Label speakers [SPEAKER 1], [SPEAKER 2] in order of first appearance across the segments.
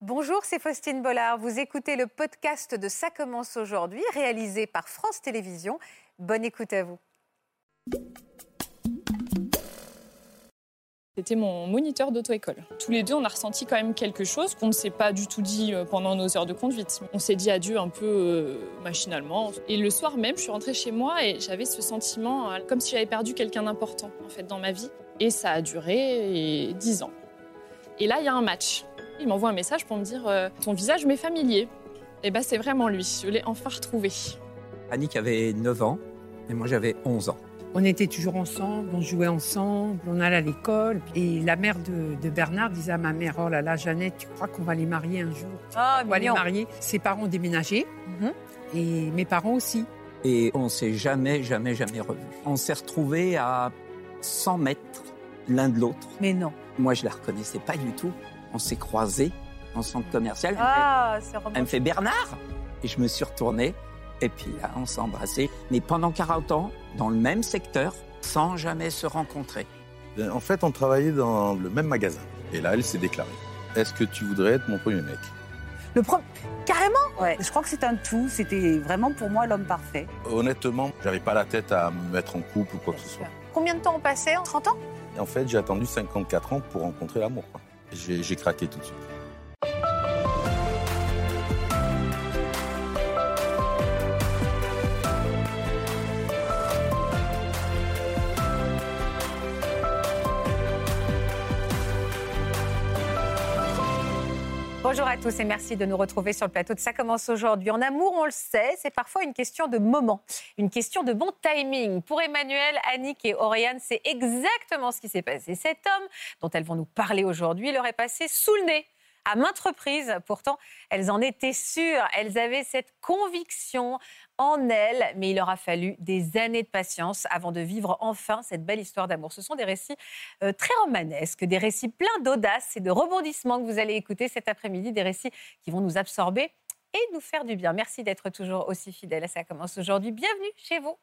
[SPEAKER 1] Bonjour, c'est Faustine Bollard. Vous écoutez le podcast de Ça commence aujourd'hui, réalisé par France Télévisions. Bonne écoute à vous.
[SPEAKER 2] C'était mon moniteur d'auto-école. Tous les deux, on a ressenti quand même quelque chose qu'on ne s'est pas du tout dit euh, pendant nos heures de conduite. On s'est dit adieu un peu euh, machinalement. Et le soir même, je suis rentrée chez moi et j'avais ce sentiment euh, comme si j'avais perdu quelqu'un d'important en fait dans ma vie. Et ça a duré et, 10 ans. Et là, il y a un match. Il m'envoie un message pour me dire euh, Ton visage m'est familier. Et ben c'est vraiment lui, je l'ai enfin retrouvé.
[SPEAKER 3] Annick avait 9 ans et moi j'avais 11 ans.
[SPEAKER 4] On était toujours ensemble, on jouait ensemble, on allait à l'école. Et la mère de, de Bernard disait à ma mère Oh là là, Jeannette, tu crois qu'on va les marier un jour
[SPEAKER 1] Ah,
[SPEAKER 4] On va les marier. Ses parents ont déménagé et mes parents aussi.
[SPEAKER 3] Et on s'est jamais, jamais, jamais revus. On s'est retrouvés à 100 mètres l'un de l'autre.
[SPEAKER 1] Mais non.
[SPEAKER 3] Moi je la reconnaissais pas du tout. On s'est croisés en centre commercial. Elle me fait-
[SPEAKER 1] Ah, c'est
[SPEAKER 3] Elle me
[SPEAKER 1] romantique.
[SPEAKER 3] fait Bernard Et je me suis retourné. Et puis là, on s'est embrassés. Mais pendant 40 ans, dans le même secteur, sans jamais se rencontrer.
[SPEAKER 5] Euh, En fait, on travaillait dans le même magasin. Et là, elle s'est déclarée. Est-ce que tu voudrais être mon premier mec
[SPEAKER 6] Le pro- Carrément
[SPEAKER 7] Ouais.
[SPEAKER 6] Je crois que c'est un tout. C'était vraiment pour moi l'homme parfait.
[SPEAKER 5] Honnêtement, j'avais pas la tête à me mettre en couple ou quoi que ce soit.
[SPEAKER 1] Combien de temps on passait en 30 ans
[SPEAKER 5] Et en fait, j'ai attendu 54 ans pour rencontrer l'amour. quoi. J'ai j'ai craqué tout de suite.
[SPEAKER 1] Bonjour à tous et merci de nous retrouver sur le plateau de Ça commence aujourd'hui. En amour, on le sait, c'est parfois une question de moment, une question de bon timing. Pour Emmanuel, Annick et Oriane, c'est exactement ce qui s'est passé. Cet homme dont elles vont nous parler aujourd'hui leur est passé sous le nez. À maintes reprises, pourtant, elles en étaient sûres, elles avaient cette conviction en elles, mais il leur a fallu des années de patience avant de vivre enfin cette belle histoire d'amour. Ce sont des récits euh, très romanesque, des récits pleins d'audace et de rebondissements que vous allez écouter cet après-midi, des récits qui vont nous absorber et nous faire du bien. Merci d'être toujours aussi fidèles. à Ça commence aujourd'hui. Bienvenue chez vous.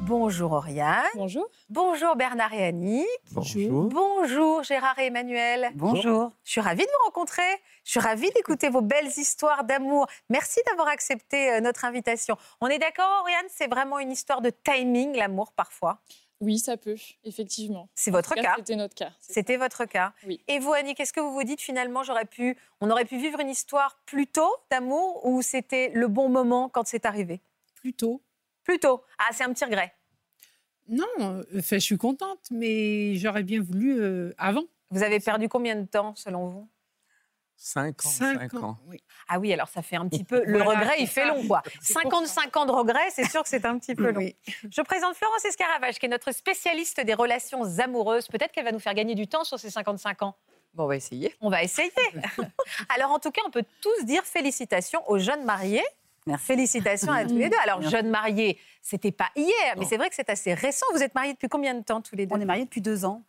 [SPEAKER 1] Bonjour Oriane,
[SPEAKER 2] Bonjour.
[SPEAKER 1] bonjour Bernard et Annie,
[SPEAKER 3] Bonjour.
[SPEAKER 1] bonjour Gérard et Emmanuel.
[SPEAKER 6] Bonjour.
[SPEAKER 1] Je suis ravie de vous rencontrer. Je suis ravie d'écouter vos belles histoires d'amour. Merci d'avoir accepté euh, notre invitation. On est d'accord, Oriane, c'est vraiment une histoire de timing, l'amour parfois.
[SPEAKER 2] Oui, ça peut, effectivement.
[SPEAKER 1] C'est votre
[SPEAKER 2] En tout
[SPEAKER 1] cas.
[SPEAKER 2] cas, C'était notre cas. C'est-
[SPEAKER 1] C'était votre cas.
[SPEAKER 2] Oui.
[SPEAKER 1] Et vous, Annie, qu'est-ce que vous vous dites finalement J'aurais pu, on aurait pu vivre une histoire plus tôt d'amour ou c'était le bon moment quand c'est arrivé
[SPEAKER 4] Plutôt.
[SPEAKER 1] Plus tôt. Ah, c'est un petit regret.
[SPEAKER 4] Non, euh, enfin, je suis contente, mais j'aurais bien voulu euh, avant.
[SPEAKER 1] Vous avez perdu combien de temps selon vous
[SPEAKER 3] 5 ans. 5 ans.
[SPEAKER 4] oui.
[SPEAKER 1] Ah oui, alors ça fait un petit peu. Le
[SPEAKER 4] Voilà,
[SPEAKER 1] regret,
[SPEAKER 4] c'est
[SPEAKER 1] il fait
[SPEAKER 4] ça.
[SPEAKER 1] long, quoi.
[SPEAKER 4] C'est pour
[SPEAKER 1] 55 ans de regret, c'est sûr que c'est un petit peu long.
[SPEAKER 4] Oui.
[SPEAKER 1] Je présente Florence Escaravage, qui est notre spécialiste des relations amoureuses. Peut-être qu'elle va nous faire gagner du temps sur ces 55 ans.
[SPEAKER 7] Bon, on va essayer.
[SPEAKER 1] On va essayer. Alors, en tout cas, on peut tous dire félicitations aux jeunes mariés.
[SPEAKER 6] Merci.
[SPEAKER 1] Félicitations à tous les deux. Alors, jeunes mariés, c'était pas hier, mais
[SPEAKER 3] Non.
[SPEAKER 1] c'est vrai que c'est assez récent. Vous êtes mariés depuis combien de temps tous les deux
[SPEAKER 6] On est mariés depuis deux ans.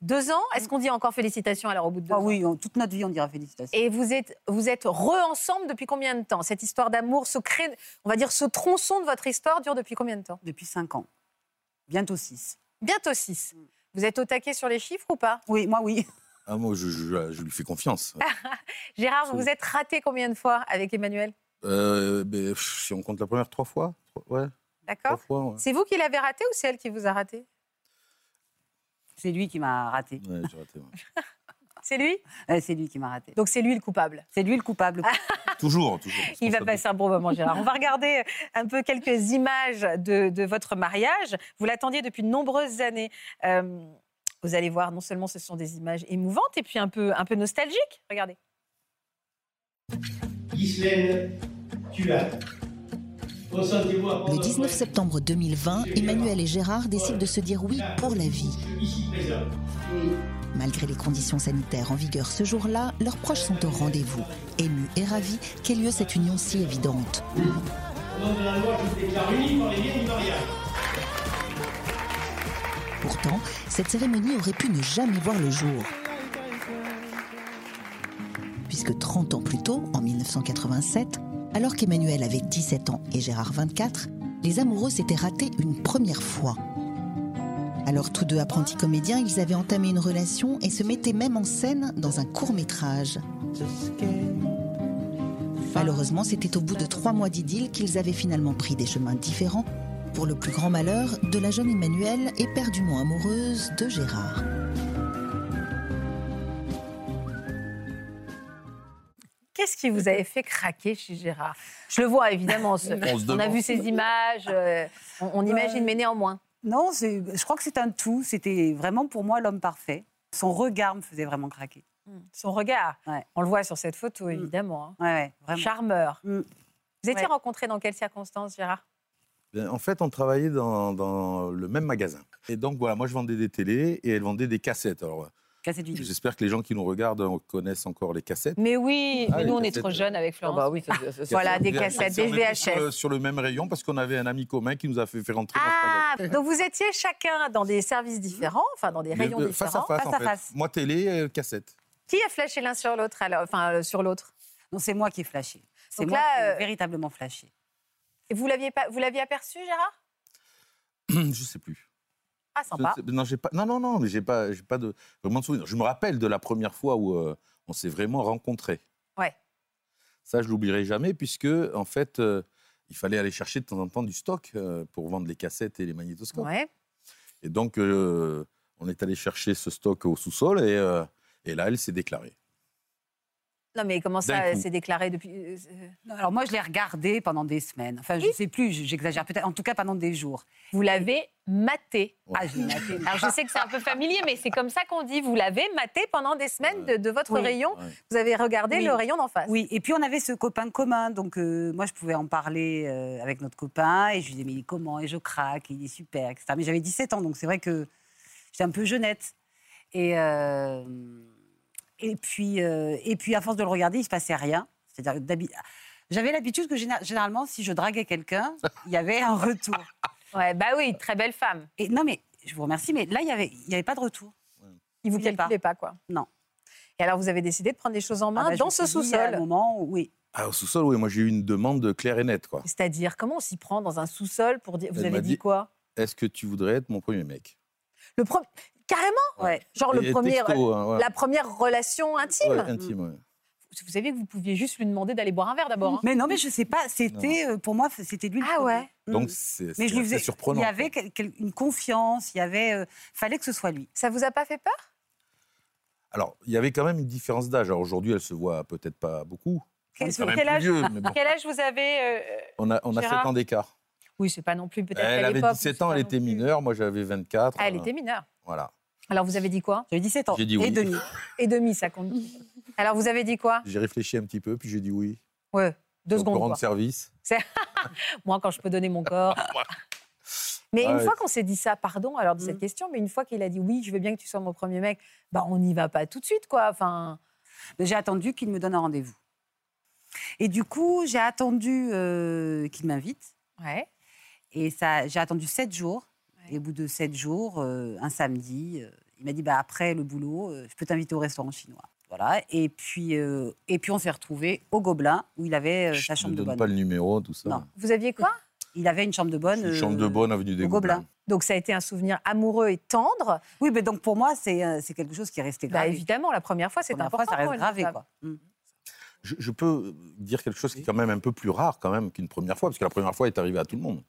[SPEAKER 1] Deux ans Est-ce qu'on dit encore félicitations alors au bout de deux
[SPEAKER 6] Ah
[SPEAKER 1] ans
[SPEAKER 6] oui, on- toute notre vie, on dira félicitations.
[SPEAKER 1] Et vous êtes, vous êtes re-ensemble depuis combien de temps Cette histoire d'amour, ce cré- on va dire ce tronçon de votre histoire dure depuis combien de temps
[SPEAKER 6] Depuis cinq ans. Bientôt six.
[SPEAKER 1] Bientôt six. Vous êtes au taquet sur les chiffres ou pas
[SPEAKER 6] Oui, moi, oui.
[SPEAKER 5] Ah, moi, je, je- je lui fais confiance.
[SPEAKER 1] Ah. Gérard, vous
[SPEAKER 5] Absolument.
[SPEAKER 1] vous êtes raté combien de fois avec Emmanuel
[SPEAKER 5] Euh, ben, pff, si on compte la première trois fois trois- Ouais, trois
[SPEAKER 1] D'accord
[SPEAKER 5] fois. ouais.
[SPEAKER 1] C'est vous qui l'avez raté ou c'est elle qui vous a raté
[SPEAKER 6] C'est lui qui m'a raté.
[SPEAKER 5] Ouais, j'ai raté, ouais.
[SPEAKER 1] C'est lui
[SPEAKER 6] Euh, C'est lui qui m'a raté.
[SPEAKER 1] Donc c'est lui le coupable.
[SPEAKER 6] C'est lui le coupable.
[SPEAKER 1] Ah,
[SPEAKER 5] toujours, toujours.
[SPEAKER 1] Il va passer un bon moment, Gérard. On va regarder un peu quelques images de, de votre mariage. Vous l'attendiez depuis de nombreuses années. Euh, vous allez voir, non seulement ce sont des images émouvantes et puis un peu, un peu nostalgiques. Regardez.
[SPEAKER 8] Ghislaine Tuat. Ressentez-vous
[SPEAKER 9] Le 19 septembre 2020, Emmanuel et Gérard décident de se dire oui pour la vie.
[SPEAKER 8] Ici présent.
[SPEAKER 9] Malgré les conditions sanitaires en vigueur ce jour-là, leurs proches sont au rendez-vous, émus et ravis qu'ait lieu cette union si évidente.
[SPEAKER 8] Au nom de la loi, je vous déclare unis par les liens du mariage.
[SPEAKER 9] Pourtant, cette cérémonie aurait pu ne jamais voir le jour. Puisque 30 ans plus tôt, en 1987, alors qu'Emmanuel avait 17 ans et Gérard 24, les amoureux s'étaient ratés une première fois. Alors tous deux apprentis comédiens, ils avaient entamé une relation et se mettaient même en scène dans un court métrage. Malheureusement, c'était au bout de trois mois d'idylle qu'ils avaient finalement pris des chemins différents, pour le plus grand malheur de la jeune Emmanuelle, éperdument amoureuse de Gérard.
[SPEAKER 1] Qu'est-ce qui vous avait fait craquer chez Gérard Je le vois évidemment. ce-
[SPEAKER 5] On se
[SPEAKER 1] on a
[SPEAKER 5] demande.
[SPEAKER 1] vu ces images, euh, on, on imagine, mais néanmoins.
[SPEAKER 6] Non, c'est- je crois que c'est un tout. C'était vraiment pour moi l'homme parfait. Son regard me faisait vraiment craquer.
[SPEAKER 1] Son regard,
[SPEAKER 6] Ouais.
[SPEAKER 1] on le voit sur cette photo évidemment. hein.
[SPEAKER 6] Ouais, ouais, vraiment.
[SPEAKER 1] Charmeur.
[SPEAKER 6] Mm.
[SPEAKER 1] Vous étiez
[SPEAKER 6] Ouais.
[SPEAKER 1] rencontrés dans quelles circonstances, Gérard
[SPEAKER 5] Ben, En fait, on travaillait dans, dans le même magasin. Et donc, voilà, moi, je vendais des télés et elle vendait des cassettes. Alors,
[SPEAKER 6] Cassette vidéo.
[SPEAKER 5] j'espère que les gens qui nous regardent connaissent encore les cassettes.
[SPEAKER 1] Mais oui,
[SPEAKER 5] Ah,
[SPEAKER 1] mais
[SPEAKER 5] les
[SPEAKER 1] nous on est
[SPEAKER 5] cassettes.
[SPEAKER 1] trop jeunes avec
[SPEAKER 7] Ah
[SPEAKER 1] Florence.
[SPEAKER 7] bah oui, ça, ça- ça-
[SPEAKER 1] Voilà, des
[SPEAKER 5] VHS,
[SPEAKER 1] cassettes,
[SPEAKER 5] et on
[SPEAKER 1] des
[SPEAKER 5] était Sur,
[SPEAKER 1] VHS.
[SPEAKER 5] le- sur le même rayon parce qu'on avait un ami commun qui nous a fait, faire rentrer dans ce magasin.
[SPEAKER 1] Ah, donc vous étiez chacun dans des services différents, enfin dans des
[SPEAKER 5] Mais,
[SPEAKER 1] rayons
[SPEAKER 5] euh,
[SPEAKER 1] différents.
[SPEAKER 5] face à face,
[SPEAKER 6] Face
[SPEAKER 5] en
[SPEAKER 6] à
[SPEAKER 5] fait.
[SPEAKER 6] face.
[SPEAKER 5] Moi, télé, elle, cassette.
[SPEAKER 1] Qui a flashé l'un sur l'autre alors Enfin, euh, sur l'autre.
[SPEAKER 6] Non, c'est moi qui ai flashé. C'est
[SPEAKER 1] Donc
[SPEAKER 6] moi
[SPEAKER 1] là,
[SPEAKER 6] qui ai
[SPEAKER 1] euh,
[SPEAKER 6] véritablement flashé.
[SPEAKER 1] Et Vous l'aviez pas, vous l'aviez aperçu, Gérard
[SPEAKER 5] je sais plus.
[SPEAKER 1] Ah, sympa.
[SPEAKER 5] Je sais- Non, j'ai pas. Non, non, non, mais j'ai pas, j'ai pas de vraiment de souvenir. Je me rappelle de la première fois où euh, on s'est vraiment rencontrés.
[SPEAKER 1] Ouais.
[SPEAKER 5] Ça, je l'oublierai jamais, puisque en fait, euh, il fallait aller chercher de temps en temps du stock euh, pour vendre les cassettes et les magnétoscopes.
[SPEAKER 1] Ouais.
[SPEAKER 5] Et donc, euh, on est allé chercher ce stock au sous-sol et, euh, et là, elle s'est déclarée.
[SPEAKER 1] Non, mais comment ça
[SPEAKER 5] D'un
[SPEAKER 1] euh,
[SPEAKER 5] coup.
[SPEAKER 1] c'est déclaré depuis euh,
[SPEAKER 6] Non, alors moi, je l'ai regardé pendant des semaines. Enfin, je ne sais plus, j'exagère peut-être. En tout cas, pendant des jours.
[SPEAKER 1] Vous l'avez maté.
[SPEAKER 6] Ah, je l'ai maté.
[SPEAKER 1] Alors je sais que c'est un peu familier, mais c'est comme ça qu'on dit. Vous l'avez maté pendant des semaines de, de votre
[SPEAKER 6] Oui.
[SPEAKER 1] rayon.
[SPEAKER 5] Ouais.
[SPEAKER 1] Vous avez regardé
[SPEAKER 6] Oui.
[SPEAKER 1] le rayon d'en face.
[SPEAKER 6] Oui, et puis on avait ce copain commun, donc euh, moi je pouvais en parler euh, avec notre copain, et je lui disais, mais il est comment Et je craque, il est super, etc. Mais j'avais 17 ans, donc c'est vrai que j'étais un peu jeunette. Et, euh, et, puis, euh, et puis, à force de le regarder, il se passait rien. C'est-à-dire, que d'habi- j'avais l'habitude que géné- généralement, si je draguais quelqu'un, il y avait un retour.
[SPEAKER 1] Ouais, bah oui, très belle femme.
[SPEAKER 6] Et non, mais je vous remercie, mais là, il n'y avait, il y avait pas de retour.
[SPEAKER 1] Il vous
[SPEAKER 6] Il est
[SPEAKER 1] calculait pas. quoi.
[SPEAKER 6] Non.
[SPEAKER 1] Et alors vous avez décidé de prendre les choses en
[SPEAKER 6] Ah
[SPEAKER 1] main
[SPEAKER 6] bah, je
[SPEAKER 1] dans
[SPEAKER 6] me
[SPEAKER 1] ce
[SPEAKER 6] suis dit, il y a
[SPEAKER 1] sous-sol.
[SPEAKER 6] Un moment, où- oui.
[SPEAKER 5] Ah, au sous-sol, oui, moi, j'ai eu une demande claire et nette, quoi.
[SPEAKER 1] C'est-à-dire comment on s'y prend dans un sous-sol pour dire. Vous
[SPEAKER 5] Elle
[SPEAKER 1] avez
[SPEAKER 5] m'a
[SPEAKER 1] dit
[SPEAKER 5] dit-
[SPEAKER 1] quoi
[SPEAKER 5] Est-ce que tu voudrais être mon premier mec
[SPEAKER 1] Le premier. Carrément.
[SPEAKER 6] Ouais.
[SPEAKER 1] Genre le
[SPEAKER 5] Et
[SPEAKER 1] premier. euh,
[SPEAKER 5] texto, hein, ouais.
[SPEAKER 1] La première relation intime.
[SPEAKER 5] Ouais, intime, ouais.
[SPEAKER 1] Vous saviez que vous pouviez juste lui demander d'aller boire un verre d'abord. hein.
[SPEAKER 6] Mais non, mais je sais pas, c'était, euh, pour moi, c'était lui le
[SPEAKER 1] Ah
[SPEAKER 6] premier.
[SPEAKER 1] ouais.
[SPEAKER 6] Mm.
[SPEAKER 5] Donc, c'est
[SPEAKER 6] Mais je
[SPEAKER 5] c'est
[SPEAKER 6] lui
[SPEAKER 5] assez
[SPEAKER 6] faisais.
[SPEAKER 5] surprenant.
[SPEAKER 6] Il y
[SPEAKER 5] quoi.
[SPEAKER 6] avait quel- quel- une confiance, il y avait. euh, fallait que ce soit lui.
[SPEAKER 1] Ça vous a pas fait peur
[SPEAKER 5] Alors, il y avait quand même une différence d'âge. Alors aujourd'hui, elle se voit peut-être pas beaucoup.
[SPEAKER 1] Quel-
[SPEAKER 5] On est quand même
[SPEAKER 1] quel
[SPEAKER 5] plus
[SPEAKER 1] âge-
[SPEAKER 5] vieux, mais bon,
[SPEAKER 1] Quel âge vous avez euh,
[SPEAKER 5] on a, on a 7
[SPEAKER 1] Gérard
[SPEAKER 5] ans d'écart.
[SPEAKER 1] Oui, c'est pas non plus peut-être.
[SPEAKER 5] Elle
[SPEAKER 1] à
[SPEAKER 5] avait
[SPEAKER 1] l'époque,
[SPEAKER 5] 17
[SPEAKER 1] c'est
[SPEAKER 5] ans,
[SPEAKER 1] pas
[SPEAKER 5] elle
[SPEAKER 1] non
[SPEAKER 5] était
[SPEAKER 1] plus-
[SPEAKER 5] mineure, moi j'avais 24.
[SPEAKER 1] Ah, elle
[SPEAKER 5] euh,
[SPEAKER 1] était mineure.
[SPEAKER 5] Voilà.
[SPEAKER 1] Alors vous avez dit quoi
[SPEAKER 6] J'avais 17 ans.
[SPEAKER 5] J'ai dit
[SPEAKER 6] et
[SPEAKER 5] oui.
[SPEAKER 6] demi.
[SPEAKER 1] Et demi, ça compte. Alors vous avez dit quoi
[SPEAKER 5] J'ai réfléchi un petit peu, puis j'ai dit oui.
[SPEAKER 1] Ouais, deux
[SPEAKER 5] On peut
[SPEAKER 1] secondes.
[SPEAKER 5] rendre
[SPEAKER 1] quoi.
[SPEAKER 5] service.
[SPEAKER 1] Moi, quand je peux donner mon corps. Mais
[SPEAKER 5] Ah
[SPEAKER 1] une
[SPEAKER 5] ouais.
[SPEAKER 1] fois qu'on s'est dit ça, pardon alors de
[SPEAKER 6] Mm.
[SPEAKER 1] cette question, mais une fois qu'il a dit oui, je veux bien que tu sois mon premier mec, bah on n'y va pas tout de suite, quoi. Enfin,
[SPEAKER 6] Mais J'ai attendu qu'il me donne un rendez-vous. Et du coup, j'ai attendu euh, qu'il m'invite.
[SPEAKER 1] ouais.
[SPEAKER 6] Et ça, j'ai attendu 7 jours.
[SPEAKER 1] Ouais.
[SPEAKER 6] Et au bout de 7 jours, euh, un samedi, euh, il m'a dit bah, après le boulot, euh, je peux t'inviter au restaurant chinois. Voilà. Et puis, euh, et puis on s'est retrouvés au Gobelin, où il avait euh,
[SPEAKER 5] Je
[SPEAKER 6] sa
[SPEAKER 5] ne
[SPEAKER 6] chambre de
[SPEAKER 5] donne
[SPEAKER 6] bonne.
[SPEAKER 5] pas le numéro, tout ça.
[SPEAKER 6] Non.
[SPEAKER 1] Vous aviez quoi
[SPEAKER 6] Il avait une chambre de bonne.
[SPEAKER 5] Une chambre
[SPEAKER 6] euh,
[SPEAKER 5] de bonne avenue des
[SPEAKER 6] au Gobelin.
[SPEAKER 5] Gobelins.
[SPEAKER 1] Donc ça a été un souvenir amoureux et tendre.
[SPEAKER 6] Oui, mais donc pour moi, c'est euh, c'est quelque chose qui est resté
[SPEAKER 1] Bah,
[SPEAKER 6] gravé.
[SPEAKER 1] évidemment, la première fois, c'est
[SPEAKER 6] Première
[SPEAKER 1] important.
[SPEAKER 6] fois, ça
[SPEAKER 1] pour Bah,
[SPEAKER 6] reste
[SPEAKER 1] une
[SPEAKER 6] gravé.
[SPEAKER 1] femme.
[SPEAKER 6] Quoi. Mm.
[SPEAKER 5] Je, je peux euh, dire quelque chose qui est quand même un peu plus rare quand même qu'une première fois, parce que la première fois est arrivée à tout le monde.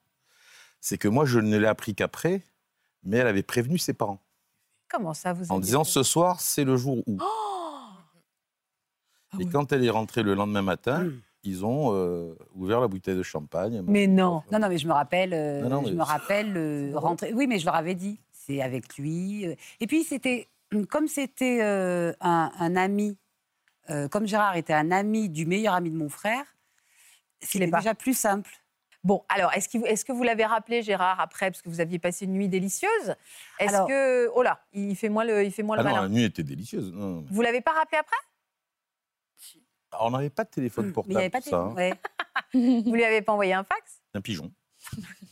[SPEAKER 5] C'est que moi, je ne l'ai appris qu'après, mais elle avait prévenu ses parents
[SPEAKER 1] Comment ça vous
[SPEAKER 5] en
[SPEAKER 1] avez-
[SPEAKER 5] disant ce soir, c'est le jour où.
[SPEAKER 6] Oh
[SPEAKER 2] Ah
[SPEAKER 6] Ah
[SPEAKER 5] Et
[SPEAKER 2] ouais.
[SPEAKER 5] quand elle est rentrée le lendemain matin,
[SPEAKER 6] Mm.
[SPEAKER 5] ils ont euh, ouvert la bouteille de champagne.
[SPEAKER 1] Mais non.
[SPEAKER 6] Non, non, mais je me rappelle, euh,
[SPEAKER 5] Non, non,
[SPEAKER 6] je
[SPEAKER 5] mais-
[SPEAKER 6] me rappelle euh, rentrer. Oui, mais je leur avais dit, c'est avec lui. euh. Et puis c'était comme c'était euh, un, un ami, euh, comme Gérard était un ami du meilleur ami de mon frère, c'était
[SPEAKER 1] pas.
[SPEAKER 6] déjà plus simple.
[SPEAKER 1] Bon, alors, est-ce qu'il- est-ce que vous l'avez rappelé, Gérard, après, parce que vous aviez passé une nuit délicieuse Est-ce
[SPEAKER 6] Alors-
[SPEAKER 1] que... Oh là, il fait moins le, il fait moins
[SPEAKER 5] Ah
[SPEAKER 1] le
[SPEAKER 5] non,
[SPEAKER 1] malin.
[SPEAKER 5] la nuit était délicieuse. Non, non.
[SPEAKER 1] Vous l'avez pas rappelé après
[SPEAKER 5] Alors, on n'avait pas de téléphone
[SPEAKER 6] Mmh, Mais il
[SPEAKER 5] portable,
[SPEAKER 6] n'y avait pas
[SPEAKER 5] tout ça,
[SPEAKER 6] de.
[SPEAKER 5] hein.
[SPEAKER 6] ouais.
[SPEAKER 1] Vous lui avez pas envoyé un fax
[SPEAKER 5] un pigeon.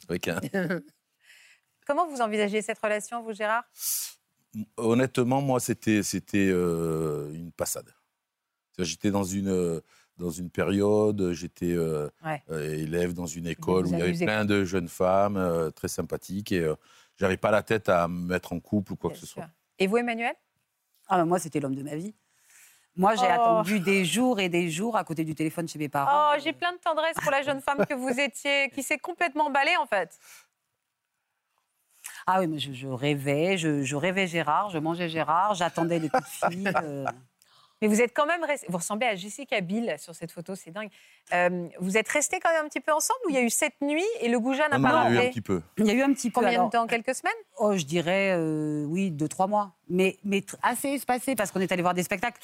[SPEAKER 5] Avec un-
[SPEAKER 1] Comment vous envisagez cette relation, vous, Gérard
[SPEAKER 5] Honnêtement, moi, c'était c'était euh, une passade. C'est-à-dire, J'étais dans une euh, dans une période, j'étais euh,
[SPEAKER 1] Ouais.
[SPEAKER 5] euh, élève dans une école où
[SPEAKER 1] vous
[SPEAKER 5] il y avait
[SPEAKER 1] amusez,
[SPEAKER 5] plein de jeunes femmes euh, très sympathiques et euh, j'avais pas la tête à me mettre en couple ou quoi
[SPEAKER 1] Bien
[SPEAKER 5] que ce
[SPEAKER 1] sûr.
[SPEAKER 5] soit.
[SPEAKER 1] Et vous, Emmanuel
[SPEAKER 6] Ah ben, moi, c'était l'homme de ma vie. Moi, j'ai
[SPEAKER 1] Oh.
[SPEAKER 6] attendu des jours et des jours à côté du téléphone chez mes
[SPEAKER 1] Oh,
[SPEAKER 6] parents.
[SPEAKER 1] j'ai plein de tendresse pour la jeune femme que vous étiez, qui s'est complètement emballée en fait.
[SPEAKER 6] Ah oui, mais je, je rêvais, je, je rêvais Gérard, je mangeais Gérard, j'attendais les coups de fil. euh.
[SPEAKER 1] Mais vous êtes quand même resté. Vous ressemblez à Jessica Biel sur cette photo, c'est dingue. Euh, vous êtes restés quand même un petit peu ensemble ou il y a eu cette nuit et le goujat n'a
[SPEAKER 5] On en
[SPEAKER 1] pas
[SPEAKER 5] a eu un
[SPEAKER 1] parlé
[SPEAKER 5] petit peu.
[SPEAKER 6] Il y a eu un petit peu.
[SPEAKER 1] Combien
[SPEAKER 6] alors,
[SPEAKER 1] de temps Quelques semaines
[SPEAKER 6] Oh, je dirais, euh, oui, deux, trois mois. Mais, mais tr- assez espacé, parce qu'on est allé voir des spectacles.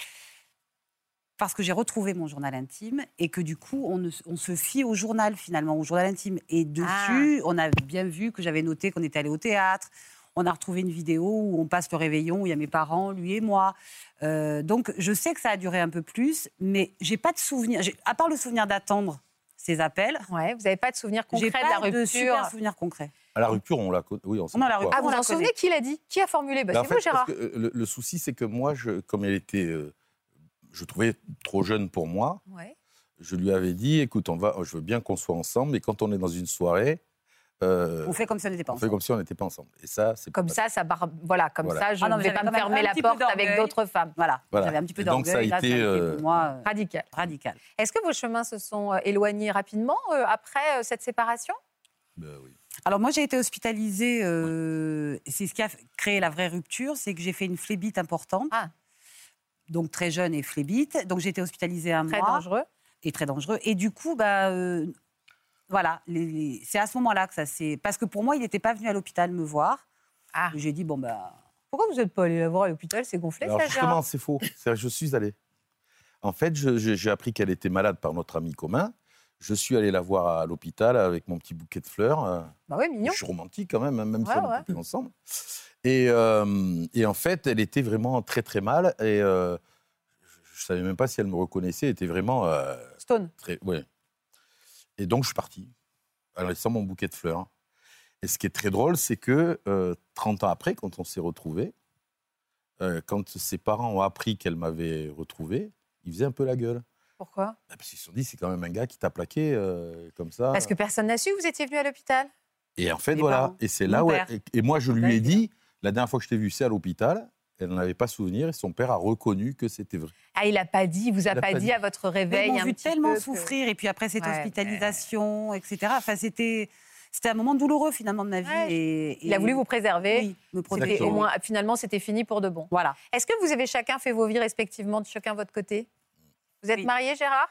[SPEAKER 6] Parce que j'ai retrouvé mon journal intime et que du coup, on, ne s- on se fie au journal, finalement, au journal intime. Et
[SPEAKER 1] Ah.
[SPEAKER 6] dessus, on a bien vu que j'avais noté qu'on était allé au théâtre. On a retrouvé une vidéo où on passe le réveillon, où il y a mes parents, lui et moi. Euh, donc, je sais que ça a duré un peu plus, mais j'ai pas de souvenir. j'ai- À part le souvenir d'attendre ces appels,
[SPEAKER 1] Ouais, vous n'avez pas de souvenir concret
[SPEAKER 6] j'ai pas
[SPEAKER 1] de la
[SPEAKER 6] de
[SPEAKER 1] rupture.
[SPEAKER 6] super souvenir concret.
[SPEAKER 5] À la rupture, on l'a. co- Oui, on s'en
[SPEAKER 6] Non, à la
[SPEAKER 5] fout, quoi.
[SPEAKER 1] Ah,
[SPEAKER 6] On
[SPEAKER 1] vous
[SPEAKER 6] la
[SPEAKER 1] vous en
[SPEAKER 6] connaît.
[SPEAKER 1] souvenez qui l'a dit Qui a formulé bah,
[SPEAKER 5] Bah, en
[SPEAKER 1] C'est
[SPEAKER 5] fait,
[SPEAKER 1] vous,
[SPEAKER 5] parce
[SPEAKER 1] Gérard.
[SPEAKER 5] que, euh, le, le souci, c'est que moi, je, comme elle était, euh, je trouvais trop jeune pour moi,
[SPEAKER 1] Ouais.
[SPEAKER 5] je lui avais dit, écoute, on va, je veux bien qu'on soit ensemble, et quand on est dans une soirée, euh,
[SPEAKER 6] On fait comme si on n'était pas
[SPEAKER 5] on fait
[SPEAKER 6] ensemble.
[SPEAKER 5] comme si on n'était pas ensemble. Et ça, c'est pas
[SPEAKER 1] Comme
[SPEAKER 5] mal.
[SPEAKER 1] ça, ça barre- voilà, comme
[SPEAKER 5] Voilà.
[SPEAKER 1] ça, je
[SPEAKER 6] Ah non,
[SPEAKER 1] ne vais
[SPEAKER 6] mais j'avais
[SPEAKER 1] pas me
[SPEAKER 6] quand même
[SPEAKER 1] fermer
[SPEAKER 6] un
[SPEAKER 1] la
[SPEAKER 6] petit peu
[SPEAKER 1] porte avec
[SPEAKER 6] d'orgueil.
[SPEAKER 1] d'autres femmes.
[SPEAKER 6] Voilà.
[SPEAKER 5] Voilà.
[SPEAKER 6] J'avais un petit peu
[SPEAKER 5] Et donc, ça a
[SPEAKER 6] d'orgueil. là,
[SPEAKER 5] été, euh,
[SPEAKER 6] pour moi euh,
[SPEAKER 1] Radical.
[SPEAKER 6] radical.
[SPEAKER 1] Est-ce que vos chemins se sont euh, éloignés rapidement euh, après euh, cette séparation
[SPEAKER 5] Ben oui.
[SPEAKER 6] Alors moi, j'ai été hospitalisée. euh, c'est ce qui a f- créé la vraie rupture, c'est que j'ai fait une flébite importante.
[SPEAKER 1] Ah.
[SPEAKER 6] Donc très jeune et flébite. Donc j'ai été hospitalisée un
[SPEAKER 1] Très
[SPEAKER 6] mois
[SPEAKER 1] dangereux.
[SPEAKER 6] et très dangereux. Et du coup, bah euh, voilà, les- les- c'est à ce moment-là que ça s'est. Parce que pour moi, il n'était pas venu à l'hôpital me voir.
[SPEAKER 1] Ah.
[SPEAKER 6] J'ai dit bon bah.
[SPEAKER 1] Pourquoi vous n'êtes pas allé la voir à l'hôpital C'est gonflé,
[SPEAKER 5] Alors
[SPEAKER 1] ça,
[SPEAKER 5] justement,
[SPEAKER 1] Gérard
[SPEAKER 5] c'est faux. C'est- Je suis allé. En fait, je- je- j'ai appris qu'elle était malade par notre ami commun. Je suis allé la voir à l'hôpital avec mon petit bouquet de fleurs. euh,
[SPEAKER 1] Bah oui, mignon.
[SPEAKER 5] Je suis romantique quand même, hein, même
[SPEAKER 1] Ouais,
[SPEAKER 5] si on
[SPEAKER 1] ouais.
[SPEAKER 5] est coupés ensemble. Et, euh, et en fait, elle était vraiment très très mal. Et euh, je ne savais même pas si elle me reconnaissait. Elle était vraiment euh,
[SPEAKER 1] Stone.
[SPEAKER 5] très. Ouais. Et donc, je suis parti, en laissant mon bouquet de fleurs. Et ce qui est très drôle, c'est que euh, 30 ans après, quand on s'est retrouvés, euh, quand ses parents ont appris qu'elle m'avait retrouvé, ils faisaient un peu la gueule.
[SPEAKER 1] Pourquoi
[SPEAKER 5] Ah, Parce qu'ils se sont dit, c'est quand même un gars qui t'a plaqué euh, comme ça.
[SPEAKER 1] Parce que personne n'a su que vous étiez venu à l'hôpital.
[SPEAKER 5] Et en fait,
[SPEAKER 6] Mes
[SPEAKER 5] voilà.
[SPEAKER 6] parents.
[SPEAKER 5] Et c'est
[SPEAKER 6] Mon
[SPEAKER 5] là où.
[SPEAKER 6] père.
[SPEAKER 5] elle- et moi, je lui
[SPEAKER 6] père,
[SPEAKER 5] ai
[SPEAKER 6] il est
[SPEAKER 5] dit, la dernière fois que je t'ai vu, c'est à l'hôpital. Elle n'en avait pas souvenir et son père a reconnu que c'était vrai.
[SPEAKER 1] Ah, il n'a pas dit, il vous a
[SPEAKER 5] Il a
[SPEAKER 1] pas
[SPEAKER 5] pas
[SPEAKER 1] dit,
[SPEAKER 5] dit.
[SPEAKER 1] à votre
[SPEAKER 6] Mais
[SPEAKER 1] réveil.
[SPEAKER 6] ils m'ont
[SPEAKER 1] un
[SPEAKER 6] vu
[SPEAKER 1] petit
[SPEAKER 6] tellement
[SPEAKER 1] peu que-
[SPEAKER 6] souffrir et puis après cette
[SPEAKER 1] Ouais,
[SPEAKER 6] hospitalisation, etc. Enfin c'était c'était un moment douloureux finalement de ma vie.
[SPEAKER 1] Ouais,
[SPEAKER 6] et,
[SPEAKER 1] Il a voulu vous préserver.
[SPEAKER 6] oui, me
[SPEAKER 1] C'était
[SPEAKER 6] protéger.
[SPEAKER 1] Au moins, finalement, c'était fini pour de bon.
[SPEAKER 6] Voilà.
[SPEAKER 1] Est-ce que vous avez chacun fait vos vies respectivement, de chacun votre côté Vous êtes
[SPEAKER 6] Oui.
[SPEAKER 1] mariés, Gérard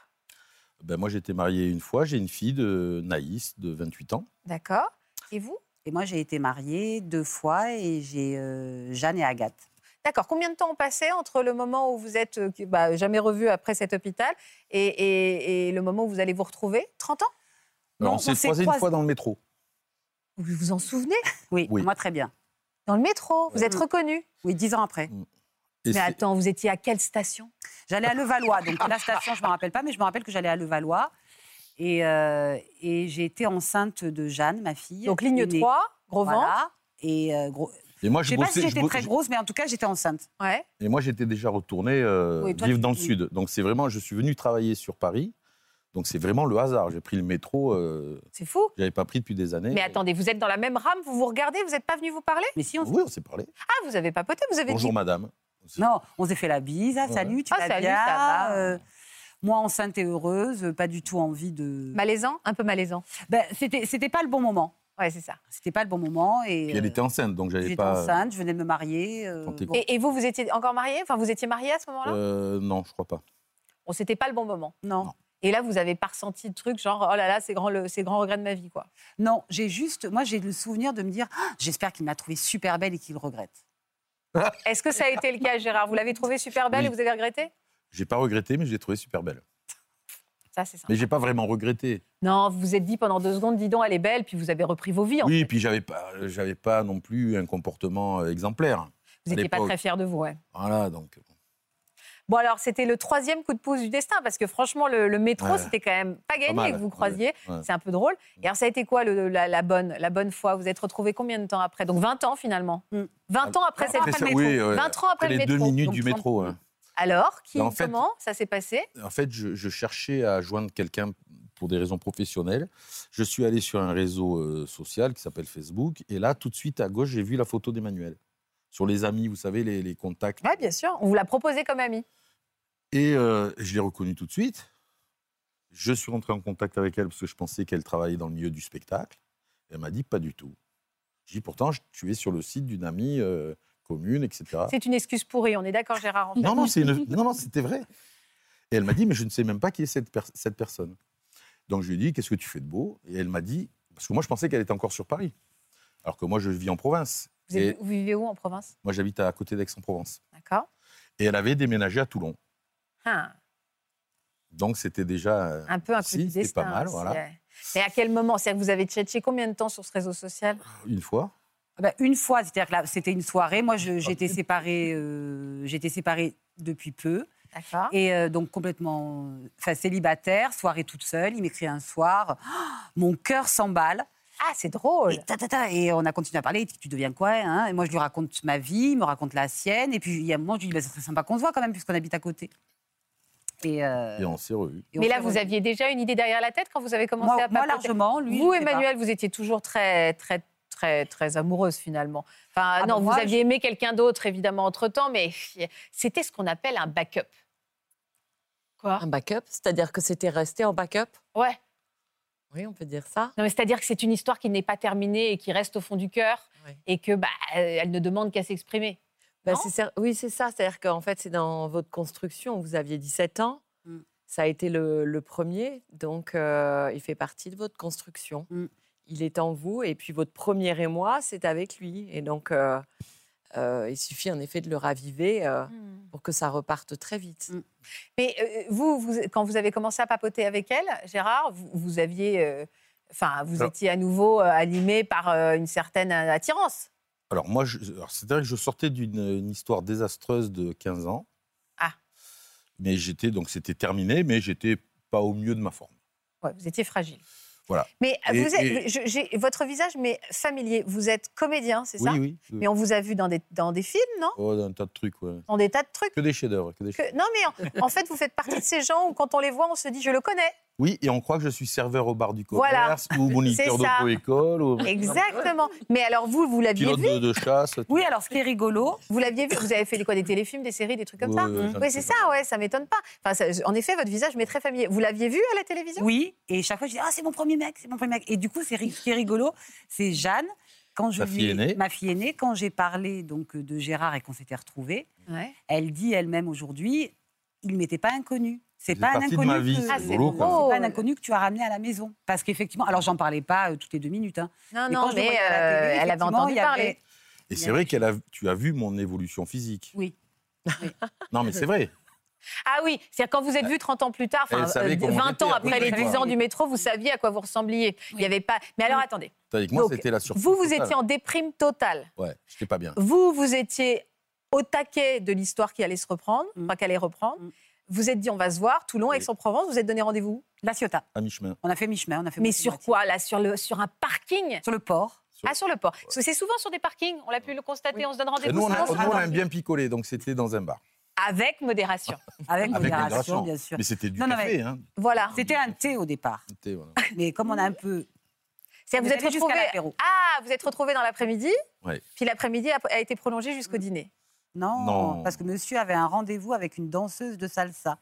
[SPEAKER 5] Ben, moi, j'étais marié une fois. J'ai une fille de Naïs, de 28 ans.
[SPEAKER 1] D'accord. Et vous
[SPEAKER 6] Et moi, j'ai été mariée deux fois et j'ai euh, Jeanne et Agathe.
[SPEAKER 1] D'accord. Combien de temps ont passé entre le moment où vous êtes euh, que- bah, jamais revu après cet hôpital et, et- et le moment où vous allez vous retrouver 30 ans
[SPEAKER 5] Alors,
[SPEAKER 6] Non,
[SPEAKER 5] on s'est
[SPEAKER 6] on s'est
[SPEAKER 5] croisés une
[SPEAKER 6] croisés.
[SPEAKER 5] fois dans le métro.
[SPEAKER 1] Vous vous en souvenez
[SPEAKER 6] Oui,
[SPEAKER 5] Oui.
[SPEAKER 6] moi très bien.
[SPEAKER 1] Dans le métro, vous êtes
[SPEAKER 6] Mm.
[SPEAKER 1] reconnus.
[SPEAKER 6] Oui, dix ans après.
[SPEAKER 5] Et
[SPEAKER 1] Mais
[SPEAKER 5] c'est-
[SPEAKER 1] attends, vous étiez à quelle station
[SPEAKER 6] J'allais à Levallois, donc la station, je ne me rappelle pas, mais je me rappelle que j'allais à Levallois. Et, euh, et j'ai été enceinte de Jeanne, ma fille.
[SPEAKER 1] Donc ligne
[SPEAKER 6] Aînée.
[SPEAKER 1] 3, gros ventre.
[SPEAKER 6] Voilà. Et euh, gros...
[SPEAKER 5] et moi, Ah,
[SPEAKER 6] je
[SPEAKER 5] je
[SPEAKER 6] sais pas si
[SPEAKER 5] bossais. je
[SPEAKER 6] j'étais
[SPEAKER 5] bo-
[SPEAKER 6] très
[SPEAKER 5] je-
[SPEAKER 6] grosse, mais en tout cas, j'étais enceinte.
[SPEAKER 1] Ouais.
[SPEAKER 5] Et moi, j'étais déjà retourné euh,
[SPEAKER 6] Oui, toi,
[SPEAKER 5] vivre
[SPEAKER 6] tu-
[SPEAKER 5] dans le
[SPEAKER 6] oui.
[SPEAKER 5] sud. Donc, c'est vraiment, je suis venu travailler sur Paris. Donc, c'est vraiment le hasard. J'ai pris le métro. euh,
[SPEAKER 1] C'est fou.
[SPEAKER 5] J'avais pas pris depuis des années.
[SPEAKER 1] Mais attendez, vous êtes dans la même rame, vous vous regardez, vous n'êtes pas venu vous parler
[SPEAKER 6] Mais si, on s-
[SPEAKER 5] Oui, on s'est parlé.
[SPEAKER 1] Ah, vous avez papoté, vous avez
[SPEAKER 5] Bonjour,
[SPEAKER 1] dit.
[SPEAKER 5] madame.
[SPEAKER 6] Non, on s'est fait la bise. Ah,
[SPEAKER 5] Ouais.
[SPEAKER 6] salut, tu
[SPEAKER 1] Ah,
[SPEAKER 6] vas
[SPEAKER 1] salut,
[SPEAKER 6] bien
[SPEAKER 1] ça va.
[SPEAKER 6] Euh, Moi, enceinte et heureuse, euh, pas du tout envie de...
[SPEAKER 1] Malaisant Un peu malaisant.
[SPEAKER 6] Ben, c'était, c'était pas le bon moment.
[SPEAKER 1] Ouais, c'est ça.
[SPEAKER 6] C'était pas le bon moment. Et,
[SPEAKER 5] Puis elle
[SPEAKER 6] euh,
[SPEAKER 5] était enceinte, donc j'avais
[SPEAKER 6] J'étais
[SPEAKER 5] pas.
[SPEAKER 6] enceinte, je venais de me marier. euh,
[SPEAKER 5] Tentez.
[SPEAKER 6] bon.
[SPEAKER 1] Et, et vous, vous étiez encore mariés Enfin, vous étiez mariés à ce moment-là
[SPEAKER 5] Euh, non, je crois pas.
[SPEAKER 1] Bon, c'était pas le bon moment.
[SPEAKER 6] non,
[SPEAKER 1] Et là, vous avez pas ressenti le truc, genre, oh là là, c'est grand, le, c'est grand regret de ma vie, quoi.
[SPEAKER 6] non, j'ai juste, moi j'ai le souvenir de me dire, Ah, j'espère qu'il m'a trouvée super belle et qu'il le regrette.
[SPEAKER 1] Est-ce que ça a été le cas, Gérard Vous l'avez trouvée super belle
[SPEAKER 5] Oui.
[SPEAKER 1] et vous avez regretté
[SPEAKER 5] J'ai pas regretté, mais je l'ai trouvée super belle.
[SPEAKER 1] Ça, c'est ça.
[SPEAKER 5] Mais j'ai pas vraiment regretté.
[SPEAKER 1] Non, vous vous êtes dit pendant deux secondes, dis donc, elle est belle, puis vous avez repris vos vies. en
[SPEAKER 5] Oui,
[SPEAKER 1] fait.
[SPEAKER 5] puis j'avais pas, j'avais pas non plus un comportement euh, exemplaire.
[SPEAKER 1] vous
[SPEAKER 5] à
[SPEAKER 1] n'étiez pas
[SPEAKER 5] l'époque.
[SPEAKER 1] très fiers de vous, ouais.
[SPEAKER 5] Voilà, donc.
[SPEAKER 1] Bon, alors, c'était le troisième coup de pouce du destin, parce que franchement, le, le métro,
[SPEAKER 5] Ouais.
[SPEAKER 1] c'était quand même pas gagné
[SPEAKER 5] mal,
[SPEAKER 1] que vous
[SPEAKER 5] ouais,
[SPEAKER 1] croisiez.
[SPEAKER 5] ouais.
[SPEAKER 1] C'est un peu drôle. Et alors, ça a été quoi le- la, la bonne, la bonne fois Vous êtes retrouvés combien de temps après Donc, 20 ans finalement.
[SPEAKER 6] Mm.
[SPEAKER 1] 20 ans après cette
[SPEAKER 5] Après ça-
[SPEAKER 1] famille.
[SPEAKER 5] oui, ouais.
[SPEAKER 1] 20 ans après,
[SPEAKER 5] Après
[SPEAKER 1] le
[SPEAKER 5] les
[SPEAKER 1] métro.
[SPEAKER 5] deux minutes
[SPEAKER 6] donc
[SPEAKER 5] du
[SPEAKER 6] 30.
[SPEAKER 5] métro. hein.
[SPEAKER 1] Alors, qui,
[SPEAKER 5] En fait-
[SPEAKER 1] comment ça s'est passé
[SPEAKER 5] En fait, je, je cherchais à joindre quelqu'un pour des raisons professionnelles. Je suis allé sur un réseau euh, social qui s'appelle Facebook. Et là, tout de suite, à gauche, j'ai vu la photo d'Emmanuel. Sur les amis, vous savez, les, les contacts.
[SPEAKER 1] Oui, bien sûr. On vous l'a proposé comme ami.
[SPEAKER 5] Et euh, je l'ai reconnue tout de suite. Je suis rentré en contact avec elle parce que je pensais qu'elle travaillait dans le milieu du spectacle. Elle m'a dit pas du tout. J'ai dit pourtant, je- tu es sur le site d'une amie euh, commune, etc.
[SPEAKER 6] Ah.
[SPEAKER 1] C'est une excuse pourrie, on est d'accord, Gérard. en fait.
[SPEAKER 5] Non, non, c'est une- non, non, c'était vrai. Et elle m'a dit, mais je ne sais même pas qui est cette, per- cette personne. Donc je lui ai dit, qu'est-ce que tu fais de beau Et elle m'a dit, parce que moi je pensais qu'elle était encore sur Paris, alors que moi je vis en province.
[SPEAKER 1] Vous,
[SPEAKER 5] Et
[SPEAKER 1] êtes- vous vivez où en province
[SPEAKER 5] moi j'habite à côté d'Aix-en-Provence.
[SPEAKER 1] D'accord.
[SPEAKER 5] Et elle avait déménagé à Toulon.
[SPEAKER 1] Ah,
[SPEAKER 5] Donc c'était déjà euh,
[SPEAKER 1] un peu un coup
[SPEAKER 5] Si,
[SPEAKER 1] du
[SPEAKER 5] c'est
[SPEAKER 1] destin.
[SPEAKER 5] pas mal,
[SPEAKER 1] hein,
[SPEAKER 5] voilà.
[SPEAKER 1] c'est- Mais à quel moment C'est-à-dire que vous avez tchatché combien de temps sur ce réseau social
[SPEAKER 5] une fois.
[SPEAKER 6] Ah bah, une fois, c'est-à-dire que là, c'était une soirée. Moi,
[SPEAKER 5] Ah,
[SPEAKER 6] je- j'étais séparée, euh, j'étais séparée depuis peu.
[SPEAKER 5] Ah.
[SPEAKER 1] D'accord.
[SPEAKER 6] Et euh, donc complètement euh, enfin, célibataire, soirée toute seule. Il m'écrit un soir, Ah, mon cœur s'emballe.
[SPEAKER 1] Ah, c'est drôle.
[SPEAKER 6] Et, ta, ta, ta, et on a continué à parler. Il dit, Tu deviens quoi hein Et moi, je lui raconte ma vie, il me raconte la sienne. Et puis, il y a un moment, je lui dis Bah, Ce serait sympa qu'on se voit quand même, puisqu'on habite à côté. Et, euh,
[SPEAKER 5] Et on s'est revus.
[SPEAKER 6] et on
[SPEAKER 1] Mais
[SPEAKER 6] s'est
[SPEAKER 1] là, vous
[SPEAKER 6] revu.
[SPEAKER 1] aviez déjà une idée derrière la tête quand vous avez commencé
[SPEAKER 6] Moi,
[SPEAKER 1] à
[SPEAKER 6] moi,
[SPEAKER 1] parler.
[SPEAKER 6] largement, lui.
[SPEAKER 1] vous,
[SPEAKER 6] je sais pas.
[SPEAKER 1] Emmanuel, vous étiez toujours très, très, très, très amoureuse finalement. Enfin,
[SPEAKER 6] Ah
[SPEAKER 1] non,
[SPEAKER 6] ben,
[SPEAKER 1] vous
[SPEAKER 6] moi,
[SPEAKER 1] aviez aimé quelqu'un d'autre évidemment entre temps, mais c'était ce qu'on appelle un backup. Quoi
[SPEAKER 7] Un backup, c'est-à-dire que c'était resté en backup
[SPEAKER 1] Ouais.
[SPEAKER 7] Oui, on peut dire ça.
[SPEAKER 1] Non, mais c'est-à-dire que c'est une histoire qui n'est pas terminée et qui reste au fond du cœur
[SPEAKER 7] Ouais.
[SPEAKER 1] et que bah, euh, elle ne demande qu'à s'exprimer.
[SPEAKER 7] Bah,
[SPEAKER 1] Non
[SPEAKER 7] c'est cer- oui, c'est ça. C'est-à-dire qu'en fait, c'est dans votre construction. Vous aviez 17 ans.
[SPEAKER 1] Mmh.
[SPEAKER 6] Mm.
[SPEAKER 7] Ça a été le, le premier. Donc, euh, il fait partie de votre construction.
[SPEAKER 1] Mmh.
[SPEAKER 6] Mm.
[SPEAKER 7] Il est en vous. Et puis, votre premier émoi, c'est avec lui. Et donc, euh, euh, il suffit en effet de le raviver euh, pour que ça reparte très vite.
[SPEAKER 6] Mm.
[SPEAKER 1] Mmh. Mais euh, vous, vous- quand vous avez commencé à papoter avec elle, Gérard, vous, vous aviez, euh, enfin, vous
[SPEAKER 5] Alors-
[SPEAKER 1] étiez à nouveau euh, animé par euh, une certaine euh, attirance.
[SPEAKER 5] Alors moi, je- alors, c'est-à-dire que je sortais d'une une histoire désastreuse de 15 ans.
[SPEAKER 1] Ah.
[SPEAKER 5] Mais j'étais, donc c'était terminé, mais j'étais pas au mieux de ma forme.
[SPEAKER 1] Ouais, vous étiez fragile.
[SPEAKER 5] Voilà.
[SPEAKER 1] Mais euh,
[SPEAKER 5] Et-
[SPEAKER 1] vous êtes-
[SPEAKER 5] et-
[SPEAKER 1] je- j'ai- votre visage m'est familier. Vous êtes comédien, c'est ça
[SPEAKER 5] oui, oui.
[SPEAKER 1] Mais on vous a vu dans des, dans des films, non
[SPEAKER 5] Oh, un tas de trucs, ouais.
[SPEAKER 1] Dans des tas de trucs.
[SPEAKER 5] Que des chefs-d'œuvre. que des
[SPEAKER 1] que- Non, mais en, en fait, vous faites partie de ces gens où quand on les voit, on se dit, je le connais.
[SPEAKER 5] Oui, et on croit que je suis serveur au bar du
[SPEAKER 1] Voilà.
[SPEAKER 5] commerce ou moniteur
[SPEAKER 1] C'est ça.
[SPEAKER 5] d'auto-école ou
[SPEAKER 1] Exactement. Mais alors vous, vous l'aviez
[SPEAKER 5] pilote
[SPEAKER 1] vu
[SPEAKER 5] de, de chasse.
[SPEAKER 6] Oui, alors ce qui est rigolo,
[SPEAKER 1] Vous l'aviez vu Vous avez fait des quoi Des téléfilms, des séries, des trucs comme ça
[SPEAKER 5] Ouais, ouais, j'en ai
[SPEAKER 1] Oui,
[SPEAKER 5] fait
[SPEAKER 1] c'est
[SPEAKER 5] pas
[SPEAKER 1] ça, ouais, ça m'étonne pas. Enfin, ça- en effet, votre visage m'est très familier. Vous l'aviez vu à la télévision
[SPEAKER 6] oui. Et chaque fois, je dis Ah, c'est mon premier mec, c'est mon premier mec. Et du coup, c'est ri- ce qui est rigolo, c'est Jeanne. Quand je
[SPEAKER 5] Ta
[SPEAKER 6] lui
[SPEAKER 5] fille
[SPEAKER 6] ai-
[SPEAKER 5] aînée.
[SPEAKER 6] Ma fille aînée, quand j'ai parlé donc euh, de Gérard et qu'on s'était retrouvés,
[SPEAKER 1] Ouais.
[SPEAKER 6] elle dit elle-même aujourd'hui, il m'était pas inconnu. C'est
[SPEAKER 5] Il
[SPEAKER 6] pas
[SPEAKER 5] fait
[SPEAKER 6] un
[SPEAKER 5] partie de
[SPEAKER 6] inconnu.
[SPEAKER 5] ma vie,
[SPEAKER 6] que-
[SPEAKER 5] c'est
[SPEAKER 1] Ah, c'est
[SPEAKER 5] Rigolo,
[SPEAKER 1] drôle.
[SPEAKER 5] quoi.
[SPEAKER 6] C'est pas un inconnu que tu as ramené à la maison. Parce qu'effectivement, alors j'en parlais pas euh, toutes les deux minutes. hein.
[SPEAKER 1] Non,
[SPEAKER 6] Mais
[SPEAKER 1] non,
[SPEAKER 6] quand je le
[SPEAKER 1] mais
[SPEAKER 6] voyais à la
[SPEAKER 1] euh,
[SPEAKER 6] télé,
[SPEAKER 1] elle avait
[SPEAKER 6] effectivement,
[SPEAKER 1] entendu
[SPEAKER 6] il y avait-
[SPEAKER 1] parler.
[SPEAKER 5] Et c'est vrai qu'elle a, tu as vu mon évolution physique.
[SPEAKER 6] Oui. Oui.
[SPEAKER 5] non, mais c'est vrai.
[SPEAKER 1] Ah oui, c'est-à-dire quand vous êtes vu 30 ans plus tard, enfin,
[SPEAKER 5] Elle savait
[SPEAKER 1] euh,
[SPEAKER 5] comment
[SPEAKER 1] 20
[SPEAKER 5] j'étais,
[SPEAKER 1] ans
[SPEAKER 5] à peu
[SPEAKER 1] après les
[SPEAKER 5] près,
[SPEAKER 1] 10
[SPEAKER 5] quoi.
[SPEAKER 1] ans du métro, vous saviez à quoi vous ressembliez. Il n'y avait pas. Mais alors attendez,
[SPEAKER 5] T'as- Avec moi,
[SPEAKER 1] Donc,
[SPEAKER 5] c'était la surprise.
[SPEAKER 1] vous, vous
[SPEAKER 5] totale.
[SPEAKER 1] étiez en déprime totale.
[SPEAKER 5] Ouais, j'étais pas bien.
[SPEAKER 1] Vous, vous étiez au taquet de l'histoire qui allait se reprendre,
[SPEAKER 6] Mm.
[SPEAKER 1] enfin qu'allait reprendre.
[SPEAKER 6] Mm.
[SPEAKER 1] Vous êtes dit on va se voir, Toulon,
[SPEAKER 5] Oui.
[SPEAKER 1] Aix-en-Provence, vous êtes donné rendez-vous.
[SPEAKER 6] La Ciotat.
[SPEAKER 5] À mi-chemin.
[SPEAKER 6] On a fait mi-chemin, on a fait
[SPEAKER 1] Mais
[SPEAKER 6] moitié
[SPEAKER 1] sur
[SPEAKER 6] moitié.
[SPEAKER 1] quoi là sur, le, sur un parking
[SPEAKER 6] Sur le port.
[SPEAKER 5] Sur-
[SPEAKER 1] Ah, sur le port. Parce que c'est souvent sur des parkings, on l'a pu le constater, on se donne
[SPEAKER 5] Et
[SPEAKER 1] rendez-vous
[SPEAKER 5] nous, on, a-
[SPEAKER 1] souvent
[SPEAKER 5] nous, on
[SPEAKER 1] sur-
[SPEAKER 5] aime bien picoler, donc c'était dans un bar.
[SPEAKER 1] avec modération.
[SPEAKER 6] Avec modération,
[SPEAKER 5] modération.
[SPEAKER 6] bien sûr.
[SPEAKER 5] Mais c'était du
[SPEAKER 6] Non, non,
[SPEAKER 5] café.
[SPEAKER 6] mais-
[SPEAKER 5] hein.
[SPEAKER 1] Voilà.
[SPEAKER 6] C'était un thé au départ.
[SPEAKER 5] C'était, euh, voilà.
[SPEAKER 6] Mais comme on a un peu.
[SPEAKER 1] C'est-à-dire
[SPEAKER 6] On
[SPEAKER 1] vous
[SPEAKER 6] est
[SPEAKER 1] êtes
[SPEAKER 6] allé jusqu'à
[SPEAKER 1] retrouvés.
[SPEAKER 6] l'apéro.
[SPEAKER 1] Ah, vous êtes retrouvés dans l'après-midi.
[SPEAKER 5] Ouais.
[SPEAKER 1] Puis l'après-midi a, a été prolongé jusqu'au dîner.
[SPEAKER 6] Non,
[SPEAKER 5] Non.
[SPEAKER 6] Parce que monsieur avait un rendez-vous avec une danseuse de salsa.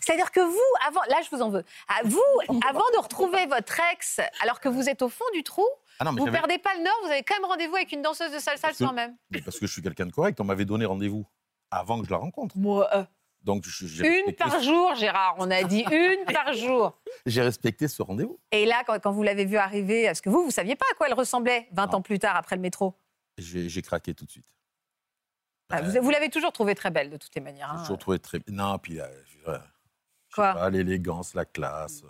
[SPEAKER 1] C'est-à-dire que vous, avant, là je vous en veux, Ah, vous, avant de retrouver votre ex, alors que vous êtes au fond du trou,
[SPEAKER 5] Ah non, mais
[SPEAKER 1] vous
[SPEAKER 5] j'avais-
[SPEAKER 1] perdez pas le nord, vous avez quand même rendez-vous avec une danseuse de salsa le
[SPEAKER 5] Parce que-
[SPEAKER 1] soir même.
[SPEAKER 5] mais parce que je suis quelqu'un de correct. On m'avait donné rendez-vous avant que je la rencontre.
[SPEAKER 1] Moi, euh,
[SPEAKER 5] Donc je- j'ai
[SPEAKER 1] une
[SPEAKER 5] respecté,
[SPEAKER 1] par jour, Gérard, on a dit une par jour.
[SPEAKER 5] j'ai respecté ce rendez-vous.
[SPEAKER 1] Et là, quand, quand vous l'avez vue arriver, parce que vous, vous saviez pas à quoi elle ressemblait 20
[SPEAKER 5] Non.
[SPEAKER 1] ans plus tard après le métro.
[SPEAKER 5] J'ai j'ai craqué tout de suite.
[SPEAKER 1] Ah,
[SPEAKER 5] Ouais.
[SPEAKER 1] vous vous l'avez toujours trouvée très belle de toutes les manières.
[SPEAKER 5] J'ai
[SPEAKER 6] Ah.
[SPEAKER 1] hein.
[SPEAKER 5] Bah, toujours trouvé très bien. Non, puis euh, je- ouais, je sais
[SPEAKER 1] Quoi
[SPEAKER 5] pas, l'élégance, la classe. euh.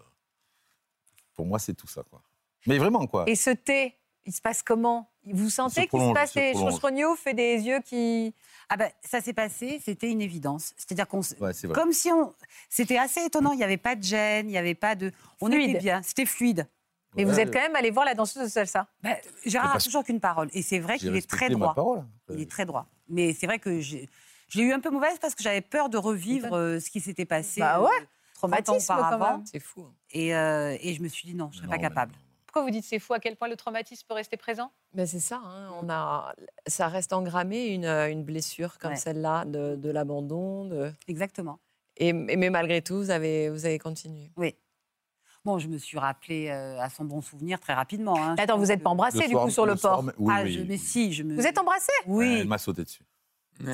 [SPEAKER 5] Pour moi, c'est tout ça, quoi. Mais vraiment, quoi.
[SPEAKER 1] Et ce thé, il se passe comment Vous sentez qu'il se
[SPEAKER 5] prolonge,
[SPEAKER 1] passe
[SPEAKER 5] il se
[SPEAKER 1] des
[SPEAKER 5] prolonge.
[SPEAKER 1] choses renew, fait des yeux qui.
[SPEAKER 6] Ah ben, ça s'est passé, c'était une évidence. C'est-à-dire qu'on. se-
[SPEAKER 5] Ouais, c'est vrai.
[SPEAKER 6] Comme si on. C'était assez étonnant, il n'y avait pas de gêne, il n'y avait pas de. On
[SPEAKER 1] Fluide.
[SPEAKER 6] était bien, c'était fluide.
[SPEAKER 1] Mais vous
[SPEAKER 5] Ouais,
[SPEAKER 1] êtes quand même allé voir la danseuse de salsa.
[SPEAKER 6] Ben, Gérard
[SPEAKER 5] Mais
[SPEAKER 6] a
[SPEAKER 5] parce-
[SPEAKER 6] toujours qu'une parole. Et c'est vrai
[SPEAKER 5] j'ai
[SPEAKER 6] qu'il est
[SPEAKER 5] respecté
[SPEAKER 6] très
[SPEAKER 5] ma euh,
[SPEAKER 6] droit.
[SPEAKER 5] parole. hein.
[SPEAKER 6] Il est très droit. Mais c'est vrai que j'ai- je l'ai eu un peu mauvaise parce que j'avais peur de revivre euh, ce qui s'était passé.
[SPEAKER 1] Bah
[SPEAKER 6] euh,
[SPEAKER 1] ouais,
[SPEAKER 6] ans
[SPEAKER 1] traumatisme quand
[SPEAKER 6] auparavant.
[SPEAKER 1] même.
[SPEAKER 7] C'est fou. hein.
[SPEAKER 6] Et, euh, et je me suis dit non, je ne serais pas
[SPEAKER 5] Non,
[SPEAKER 6] capable.
[SPEAKER 5] mais non.
[SPEAKER 1] Pourquoi vous dites c'est fou à quel point le traumatisme peut rester présent
[SPEAKER 7] Mais c'est ça, hein, on a, ça reste engrammé une, euh, une blessure comme
[SPEAKER 6] Ouais.
[SPEAKER 7] celle-là, de, de l'abandon. de-
[SPEAKER 6] Exactement.
[SPEAKER 7] Et, et- mais malgré tout, vous avez, vous avez continué.
[SPEAKER 6] Bon, je me suis rappelée euh, à son bon souvenir très rapidement. hein.
[SPEAKER 1] Attends,
[SPEAKER 6] Je
[SPEAKER 1] vous
[SPEAKER 6] pense
[SPEAKER 1] n'êtes
[SPEAKER 6] que-
[SPEAKER 1] pas embrassé
[SPEAKER 5] Le
[SPEAKER 1] du
[SPEAKER 5] soir-
[SPEAKER 1] coup sur le
[SPEAKER 5] soir
[SPEAKER 1] port.
[SPEAKER 5] même- oui,
[SPEAKER 6] ah,
[SPEAKER 5] oui.
[SPEAKER 6] je, mais si, je me.
[SPEAKER 1] Vous êtes embrassé
[SPEAKER 6] Oui.
[SPEAKER 5] Elle m'a sauté dessus.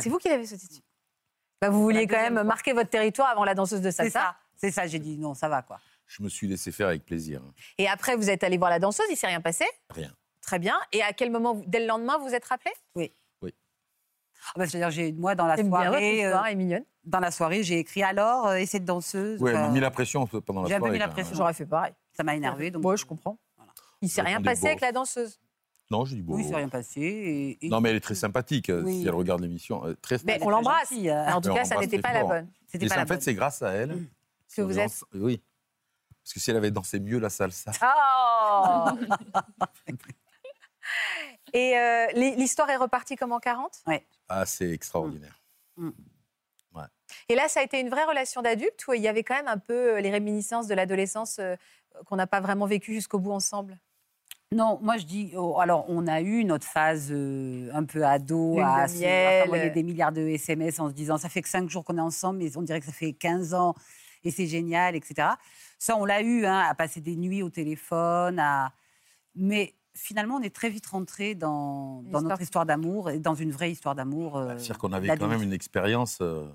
[SPEAKER 1] C'est vous qui l'avez sauté dessus. Bah, vous vouliez
[SPEAKER 6] La
[SPEAKER 1] quand
[SPEAKER 6] deuxième
[SPEAKER 1] même
[SPEAKER 6] fois.
[SPEAKER 1] marquer votre territoire avant la danseuse de
[SPEAKER 6] c'est
[SPEAKER 1] salsa.
[SPEAKER 6] ça. C'est ça. J'ai dit non, ça va quoi.
[SPEAKER 5] Je me suis laissé faire avec plaisir. hein.
[SPEAKER 1] Et après, vous êtes allé voir la danseuse, il s'est rien passé
[SPEAKER 5] Rien.
[SPEAKER 1] Très bien. Et à quel moment, vous- dès le lendemain, vous êtes rappelé
[SPEAKER 6] Ah, bah, C'est-à-dire, j'ai moi dans la
[SPEAKER 1] J'aime bien votre
[SPEAKER 6] soirée, euh,
[SPEAKER 1] histoire, elle est mignonne.
[SPEAKER 6] dans la soirée, j'ai écrit alors euh, et cette danseuse.
[SPEAKER 5] Oui, elle m'a
[SPEAKER 6] enfin,
[SPEAKER 5] mis la pression pendant la
[SPEAKER 6] j'ai un peu
[SPEAKER 5] soirée.
[SPEAKER 6] mis la
[SPEAKER 5] quand même.
[SPEAKER 6] pression.
[SPEAKER 1] J'aurais fait pareil.
[SPEAKER 6] Ça m'a énervé. Donc.
[SPEAKER 1] Moi, je comprends.
[SPEAKER 6] Voilà.
[SPEAKER 1] Il s'est
[SPEAKER 5] Le
[SPEAKER 1] rien
[SPEAKER 5] temps des
[SPEAKER 1] passé avec
[SPEAKER 5] beaux.
[SPEAKER 1] la danseuse.
[SPEAKER 5] Non, j'ai dit bon.
[SPEAKER 6] Oui, c'est rien passé. et- et-
[SPEAKER 5] Non, mais elle est très sympathique euh,
[SPEAKER 6] Oui.
[SPEAKER 5] si elle regarde l'émission. euh, Très
[SPEAKER 1] Mais
[SPEAKER 6] Elle est
[SPEAKER 1] on
[SPEAKER 6] très
[SPEAKER 1] l'embrasse.
[SPEAKER 6] gentille, euh,
[SPEAKER 1] Mais en tout
[SPEAKER 5] Mais on
[SPEAKER 1] cas, ça
[SPEAKER 5] l'embrasse
[SPEAKER 1] n'était
[SPEAKER 5] très
[SPEAKER 1] pas la
[SPEAKER 5] fort.
[SPEAKER 1] bonne.
[SPEAKER 6] C'était
[SPEAKER 5] Et
[SPEAKER 6] pas
[SPEAKER 5] c'est-
[SPEAKER 6] la
[SPEAKER 5] en fait,
[SPEAKER 6] bonne.
[SPEAKER 5] c'est grâce à elle
[SPEAKER 1] Que vous
[SPEAKER 5] est
[SPEAKER 1] êtes.
[SPEAKER 5] ense- Oui. Parce que si elle avait dansé mieux la salsa.
[SPEAKER 1] Oh Et euh, l'hi- l'histoire est repartie comme en 40
[SPEAKER 5] Ah, c'est extraordinaire.
[SPEAKER 1] Et là, ça a été une vraie relation d'adulte où il y avait quand même un peu euh, les réminiscences de l'adolescence euh, qu'on n'a pas vraiment vécu jusqu'au bout ensemble.
[SPEAKER 6] Non, moi je dis. oh, alors, on a eu notre phase euh, un peu ado,
[SPEAKER 1] Lune
[SPEAKER 6] à
[SPEAKER 1] de
[SPEAKER 6] se-
[SPEAKER 1] miel.
[SPEAKER 6] à s'envoyer des milliards de SMS en se disant ça fait que 5 jours qu'on est ensemble, mais on dirait que ça fait 15 ans et c'est génial, etc. Ça, on l'a eu, hein, à passer des nuits au téléphone, à. Mais finalement, on est très vite rentré dans, dans
[SPEAKER 1] L'histoire.
[SPEAKER 6] notre histoire d'amour, et dans une vraie histoire d'amour. euh,
[SPEAKER 5] C'est-à-dire qu'on avait
[SPEAKER 6] d'adulte.
[SPEAKER 5] quand même une expérience, euh,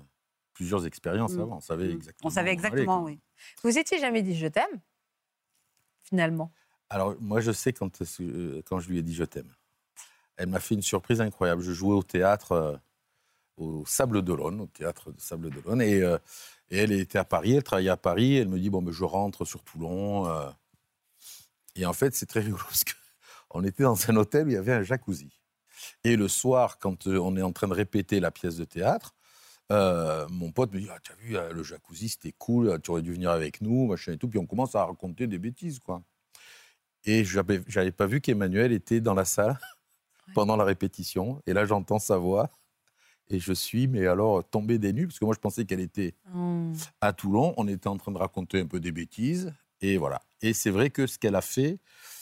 [SPEAKER 5] plusieurs expériences
[SPEAKER 6] Mm.
[SPEAKER 5] avant. On savait exactement.
[SPEAKER 6] On savait
[SPEAKER 5] où allait,
[SPEAKER 6] exactement,
[SPEAKER 5] quoi.
[SPEAKER 6] oui.
[SPEAKER 1] Vous étiez jamais dit je t'aime Finalement.
[SPEAKER 5] Alors, moi, je sais quand, euh, quand je lui ai dit je t'aime. Elle m'a fait une surprise incroyable. Je jouais au théâtre, euh, au Sable d'Olonne, au théâtre de Sable d'Olonne. Et, euh, et elle était à Paris, elle travaillait à Paris. Elle me dit Bon, ben, je rentre sur Toulon. euh. Et en fait, c'est très rigolo parce qu'on était dans un hôtel où il y avait un jacuzzi. Et le soir, quand euh, on est en train de répéter la pièce de théâtre, euh, mon pote me dit ah, T'as vu, euh, le jacuzzi, c'était cool, euh, tu aurais dû venir avec nous, machin et tout. Puis on commence à raconter des bêtises, quoi. Et j'avais j'avais pas vu qu'Emmanuel était dans la salle pendant la répétition. Et là, j'entends sa voix. Et je suis, mais alors, tombé des nues, parce que moi, je pensais qu'elle était
[SPEAKER 1] Hmm.
[SPEAKER 5] à Toulon. On était en train de raconter un peu des bêtises. Et voilà. Et c'est vrai que ce qu'elle a fait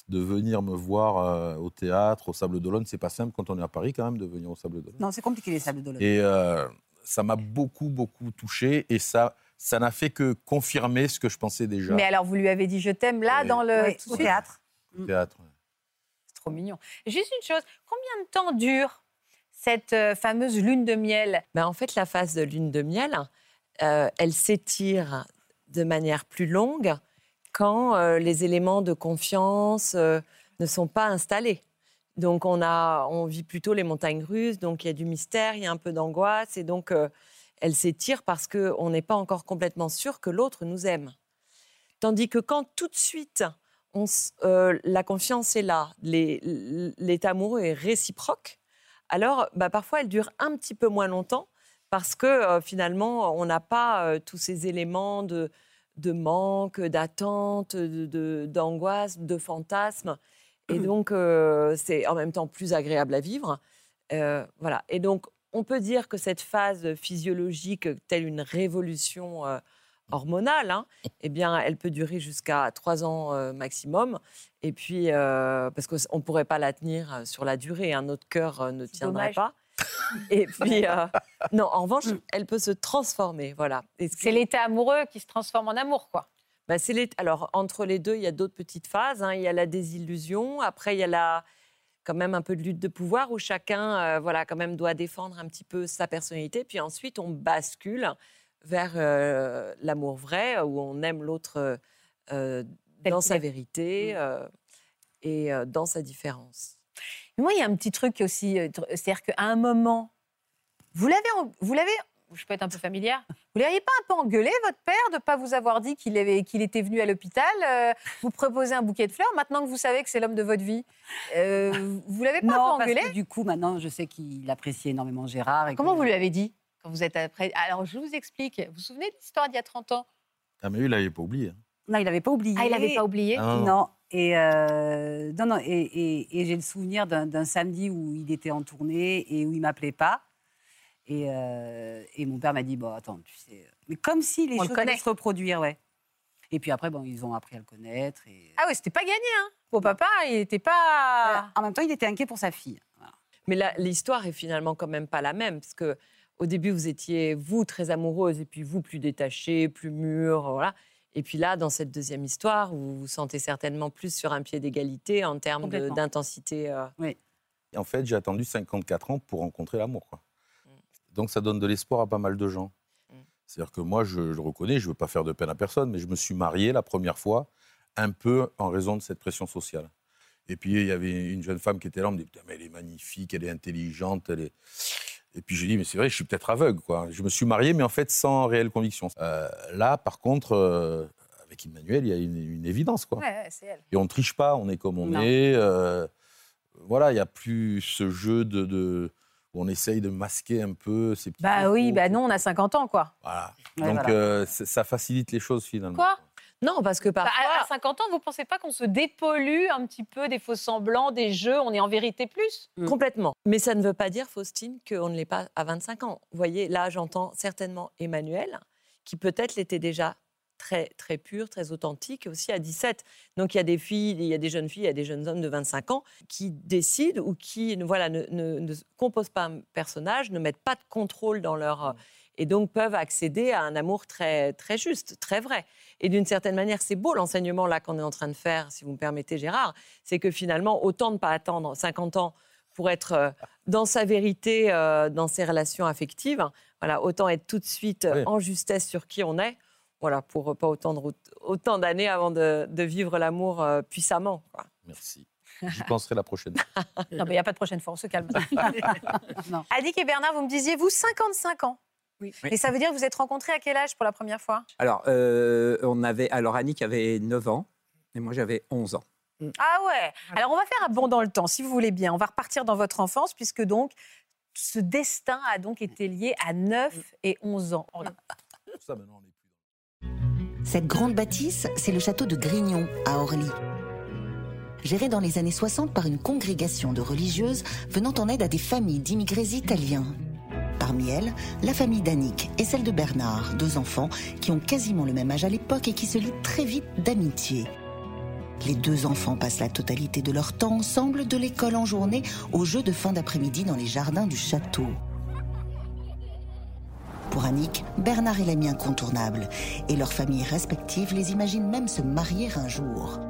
[SPEAKER 5] de venir me voir euh, au théâtre, au Sable d'Olonne, c'est pas simple quand on est à Paris, quand même, de venir au Sable d'Olonne.
[SPEAKER 6] Non, c'est compliqué les sables d'Olonne.
[SPEAKER 5] Et euh, ça m'a beaucoup, beaucoup touché. Et ça ça n'a fait que confirmer ce que je pensais déjà
[SPEAKER 1] Mais alors, vous lui avez dit je t'aime là
[SPEAKER 5] Oui.
[SPEAKER 1] dans le.
[SPEAKER 6] Ouais,
[SPEAKER 1] tout de
[SPEAKER 6] au
[SPEAKER 1] suite
[SPEAKER 6] théâtre.
[SPEAKER 5] au théâtre.
[SPEAKER 1] C'est trop mignon. Juste une chose, combien de temps dure cette euh, fameuse lune de miel
[SPEAKER 7] Ben, en fait, la phase de lune de miel, euh, elle s'étire de manière plus longue quand euh, les éléments de confiance euh, ne sont pas installés. Donc, on, a, on vit plutôt les montagnes russes, donc il y a du mystère, il y a un peu d'angoisse, et donc euh, elle s'étire parce qu'on n'est pas encore complètement sûr que l'autre nous aime. Tandis que quand tout de suite, on s- euh, la confiance est là, les- l'état amoureux est réciproque, alors bah, parfois elle dure un petit peu moins longtemps parce que euh, finalement on n'a pas euh, tous ces éléments de, de manque, d'attente, de- de- d'angoisse, de, fantasme. Et donc euh, c'est en même temps plus agréable à vivre. Euh, voilà. Et donc on peut dire que cette phase physiologique, telle une révolution euh, hormonale, hein, eh bien elle peut durer jusqu'à trois ans euh, maximum. Et puis, euh, parce qu'on ne pourrait pas la tenir euh, sur la durée, hein, notre cœur euh, ne
[SPEAKER 1] C'est
[SPEAKER 7] tiendrait
[SPEAKER 1] dommage.
[SPEAKER 7] pas. Et puis, euh, non, en revanche, elle peut se transformer, voilà. Et ce qui-
[SPEAKER 1] C'est l'état amoureux qui se transforme en amour, quoi.
[SPEAKER 7] bah, c'est les- Alors, entre les deux, il y a d'autres petites phases. hein. Il y a la désillusion, après, il y a la... quand même un peu de lutte de pouvoir où chacun, euh, voilà, quand même doit défendre un petit peu sa personnalité. Puis ensuite, on bascule vers euh, l'amour vrai, où on aime l'autre euh,
[SPEAKER 1] Tel
[SPEAKER 7] dans
[SPEAKER 1] qu'il
[SPEAKER 7] sa
[SPEAKER 1] est. Mmh.
[SPEAKER 7] vérité euh, et euh, dans sa différence.
[SPEAKER 1] Mais moi, il y a un petit truc aussi, euh, tr- c'est-à-dire qu'à un moment, vous l'avez, en- vous l'avez, je peux être un peu familière, vous l'aviez pas un peu engueulé, votre père, de ne pas vous avoir dit qu'il, avait, qu'il était venu à l'hôpital, euh, vous proposez un bouquet de fleurs, maintenant que vous savez que c'est l'homme de votre vie, euh, vous l'avez pas
[SPEAKER 6] Non,
[SPEAKER 1] un peu
[SPEAKER 6] parce
[SPEAKER 1] engueulé
[SPEAKER 6] que du coup, maintenant, je sais qu'il apprécie énormément Gérard. Et
[SPEAKER 1] Comment
[SPEAKER 6] que-
[SPEAKER 1] vous lui avez dit quand vous êtes après Alors, je vous explique, vous vous souvenez de l'histoire d'il y a 30 ans
[SPEAKER 5] Ah, mais lui, il l'avait pas oublié. hein.
[SPEAKER 6] Non, il n'avait pas oublié.
[SPEAKER 1] Ah, il n'avait pas oublié
[SPEAKER 5] Ah, non.
[SPEAKER 6] Non, et, euh, non, non, et, et- et j'ai le souvenir d'un d'un samedi où il était en tournée et où il m'appelait pas. Et, euh, et mon père m'a dit, bon, attends, tu sais. Mais comme si les
[SPEAKER 1] On le
[SPEAKER 6] choses
[SPEAKER 1] connaît.
[SPEAKER 6] allaient se reproduire, ouais. Et puis après, bon, ils ont appris à le connaître. Et...
[SPEAKER 1] Ah oui, c'était pas gagné. Hein. Mon papa, il était pas.
[SPEAKER 6] En même temps, il était inquiet pour sa fille. Voilà.
[SPEAKER 7] Mais la- l'histoire est finalement quand même pas la même, parce que au début vous étiez vous très amoureuse et puis vous plus détachée, plus mûre, voilà. Et puis là, dans cette deuxième histoire, vous vous sentez certainement plus sur un pied d'égalité en termes de-
[SPEAKER 6] Complètement.
[SPEAKER 7] d'intensité. euh,
[SPEAKER 5] Et en fait, j'ai attendu 54 ans pour rencontrer l'amour. quoi. Donc ça donne de l'espoir à pas mal de gens.
[SPEAKER 7] Mm.
[SPEAKER 5] C'est-à-dire que moi, je, je reconnais, je ne veux pas faire de peine à personne, mais je me suis marié la première fois un peu en raison de cette pression sociale. Et puis il y avait une jeune femme qui était là, on me dit putain mais elle est magnifique, elle est intelligente, elle est. Et puis j'ai dit mais c'est vrai, je suis peut-être aveugle quoi. Je me suis marié mais en fait sans réelle conviction. Euh, là par contre, euh, avec Emmanuel, il y a une, une évidence quoi.
[SPEAKER 1] Ouais, ouais, c'est elle.
[SPEAKER 5] Et on ne triche pas, on est comme on
[SPEAKER 6] Non.
[SPEAKER 5] est. euh, voilà, il n'y a plus ce jeu de, de- où on essaye de masquer un peu ces petits.
[SPEAKER 1] Bah oui,
[SPEAKER 5] défauts,
[SPEAKER 1] bah
[SPEAKER 5] tout.
[SPEAKER 1] non, on a 50 ans, quoi.
[SPEAKER 5] Voilà.
[SPEAKER 6] Ouais,
[SPEAKER 5] Donc
[SPEAKER 6] voilà.
[SPEAKER 5] euh, c'est- ça facilite les choses finalement.
[SPEAKER 1] Quoi
[SPEAKER 7] Non, parce que
[SPEAKER 1] Bah,
[SPEAKER 7] parfois,
[SPEAKER 1] à, à 50 ans, vous pensez pas qu'on se dépollue un petit peu des faux semblants, des jeux, on est en vérité plus
[SPEAKER 6] Mm.
[SPEAKER 7] Complètement. Mais ça ne veut pas dire, Faustine, qu'on ne l'est pas à 25 ans. Vous voyez, là, j'entends certainement Emmanuel, qui peut-être l'était déjà très, très pure, très authentique, aussi à 17. Donc, il y a des filles, il y a des jeunes filles, il y a des jeunes hommes de 25 ans qui décident ou qui ne- voilà, ne, ne- ne composent pas un personnage, ne mettent pas de contrôle dans leur... Et donc peuvent accéder à un amour très, très juste, très vrai. Et d'une certaine manière, c'est beau l'enseignement là qu'on est en train de faire, si vous me permettez Gérard, c'est que finalement, autant ne pas attendre 50 ans pour être euh, dans sa vérité, euh, dans ses relations affectives. Voilà, autant être tout de suite euh,
[SPEAKER 5] Oui.
[SPEAKER 7] en justesse sur qui on est. Voilà, pour euh, pas autant, de route- autant d'années avant de, de vivre l'amour euh, puissamment. quoi.
[SPEAKER 5] Merci. J'y penserai la prochaine. fois.
[SPEAKER 1] Non, mais il n'y a pas de prochaine fois, on se calme.
[SPEAKER 6] Non.
[SPEAKER 1] Annick et Bernard, vous me disiez, vous, 55 ans.
[SPEAKER 4] Oui.
[SPEAKER 1] Et ça veut dire que vous êtes rencontrés à quel âge pour la première fois
[SPEAKER 3] Alors, euh, on avait, alors Annick avait 9 ans et moi j'avais 11 ans.
[SPEAKER 1] Ah ouais Alors, on va faire un bond dans le temps, si vous voulez bien. On va repartir dans votre enfance, puisque donc, ce destin a donc été lié à 9 et 11 ans.
[SPEAKER 5] Ça, maintenant, on est plus-
[SPEAKER 9] Cette grande bâtisse, c'est le château de Grignon, à Orly. Géré dans les années 60 par une congrégation de religieuses venant en aide à des familles d'immigrés italiens. Parmi elles, la famille d'Annick et celle de Bernard, deux enfants qui ont quasiment le même âge à l'époque et qui se lient très vite d'amitié. Les deux enfants passent la totalité de leur temps ensemble, de l'école en journée aux jeux de fin d'après-midi dans les jardins du château. Pour Annick, Bernard est l'ami incontournable et leurs familles respectives les imaginent même se marier un jour.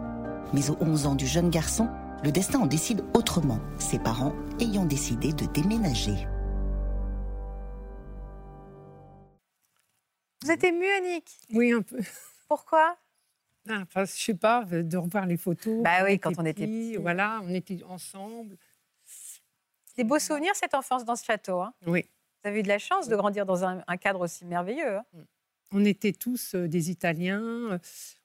[SPEAKER 9] Mais aux 11 ans du jeune garçon, le destin en décide autrement, ses parents ayant décidé de déménager.
[SPEAKER 1] Vous êtes émue, Annick
[SPEAKER 4] Oui, un peu.
[SPEAKER 1] Pourquoi
[SPEAKER 4] Ah, Enfin, je sais pas, euh, de revoir les photos.
[SPEAKER 1] Bah oui, quand on était
[SPEAKER 4] petits,
[SPEAKER 1] petits.
[SPEAKER 4] Voilà, on était ensemble.
[SPEAKER 1] Des beaux souvenirs, cette enfance dans ce château. hein.
[SPEAKER 4] Oui.
[SPEAKER 1] Vous avez eu de la chance de grandir dans un, un cadre aussi merveilleux. hein.
[SPEAKER 4] On était tous euh, des Italiens. euh,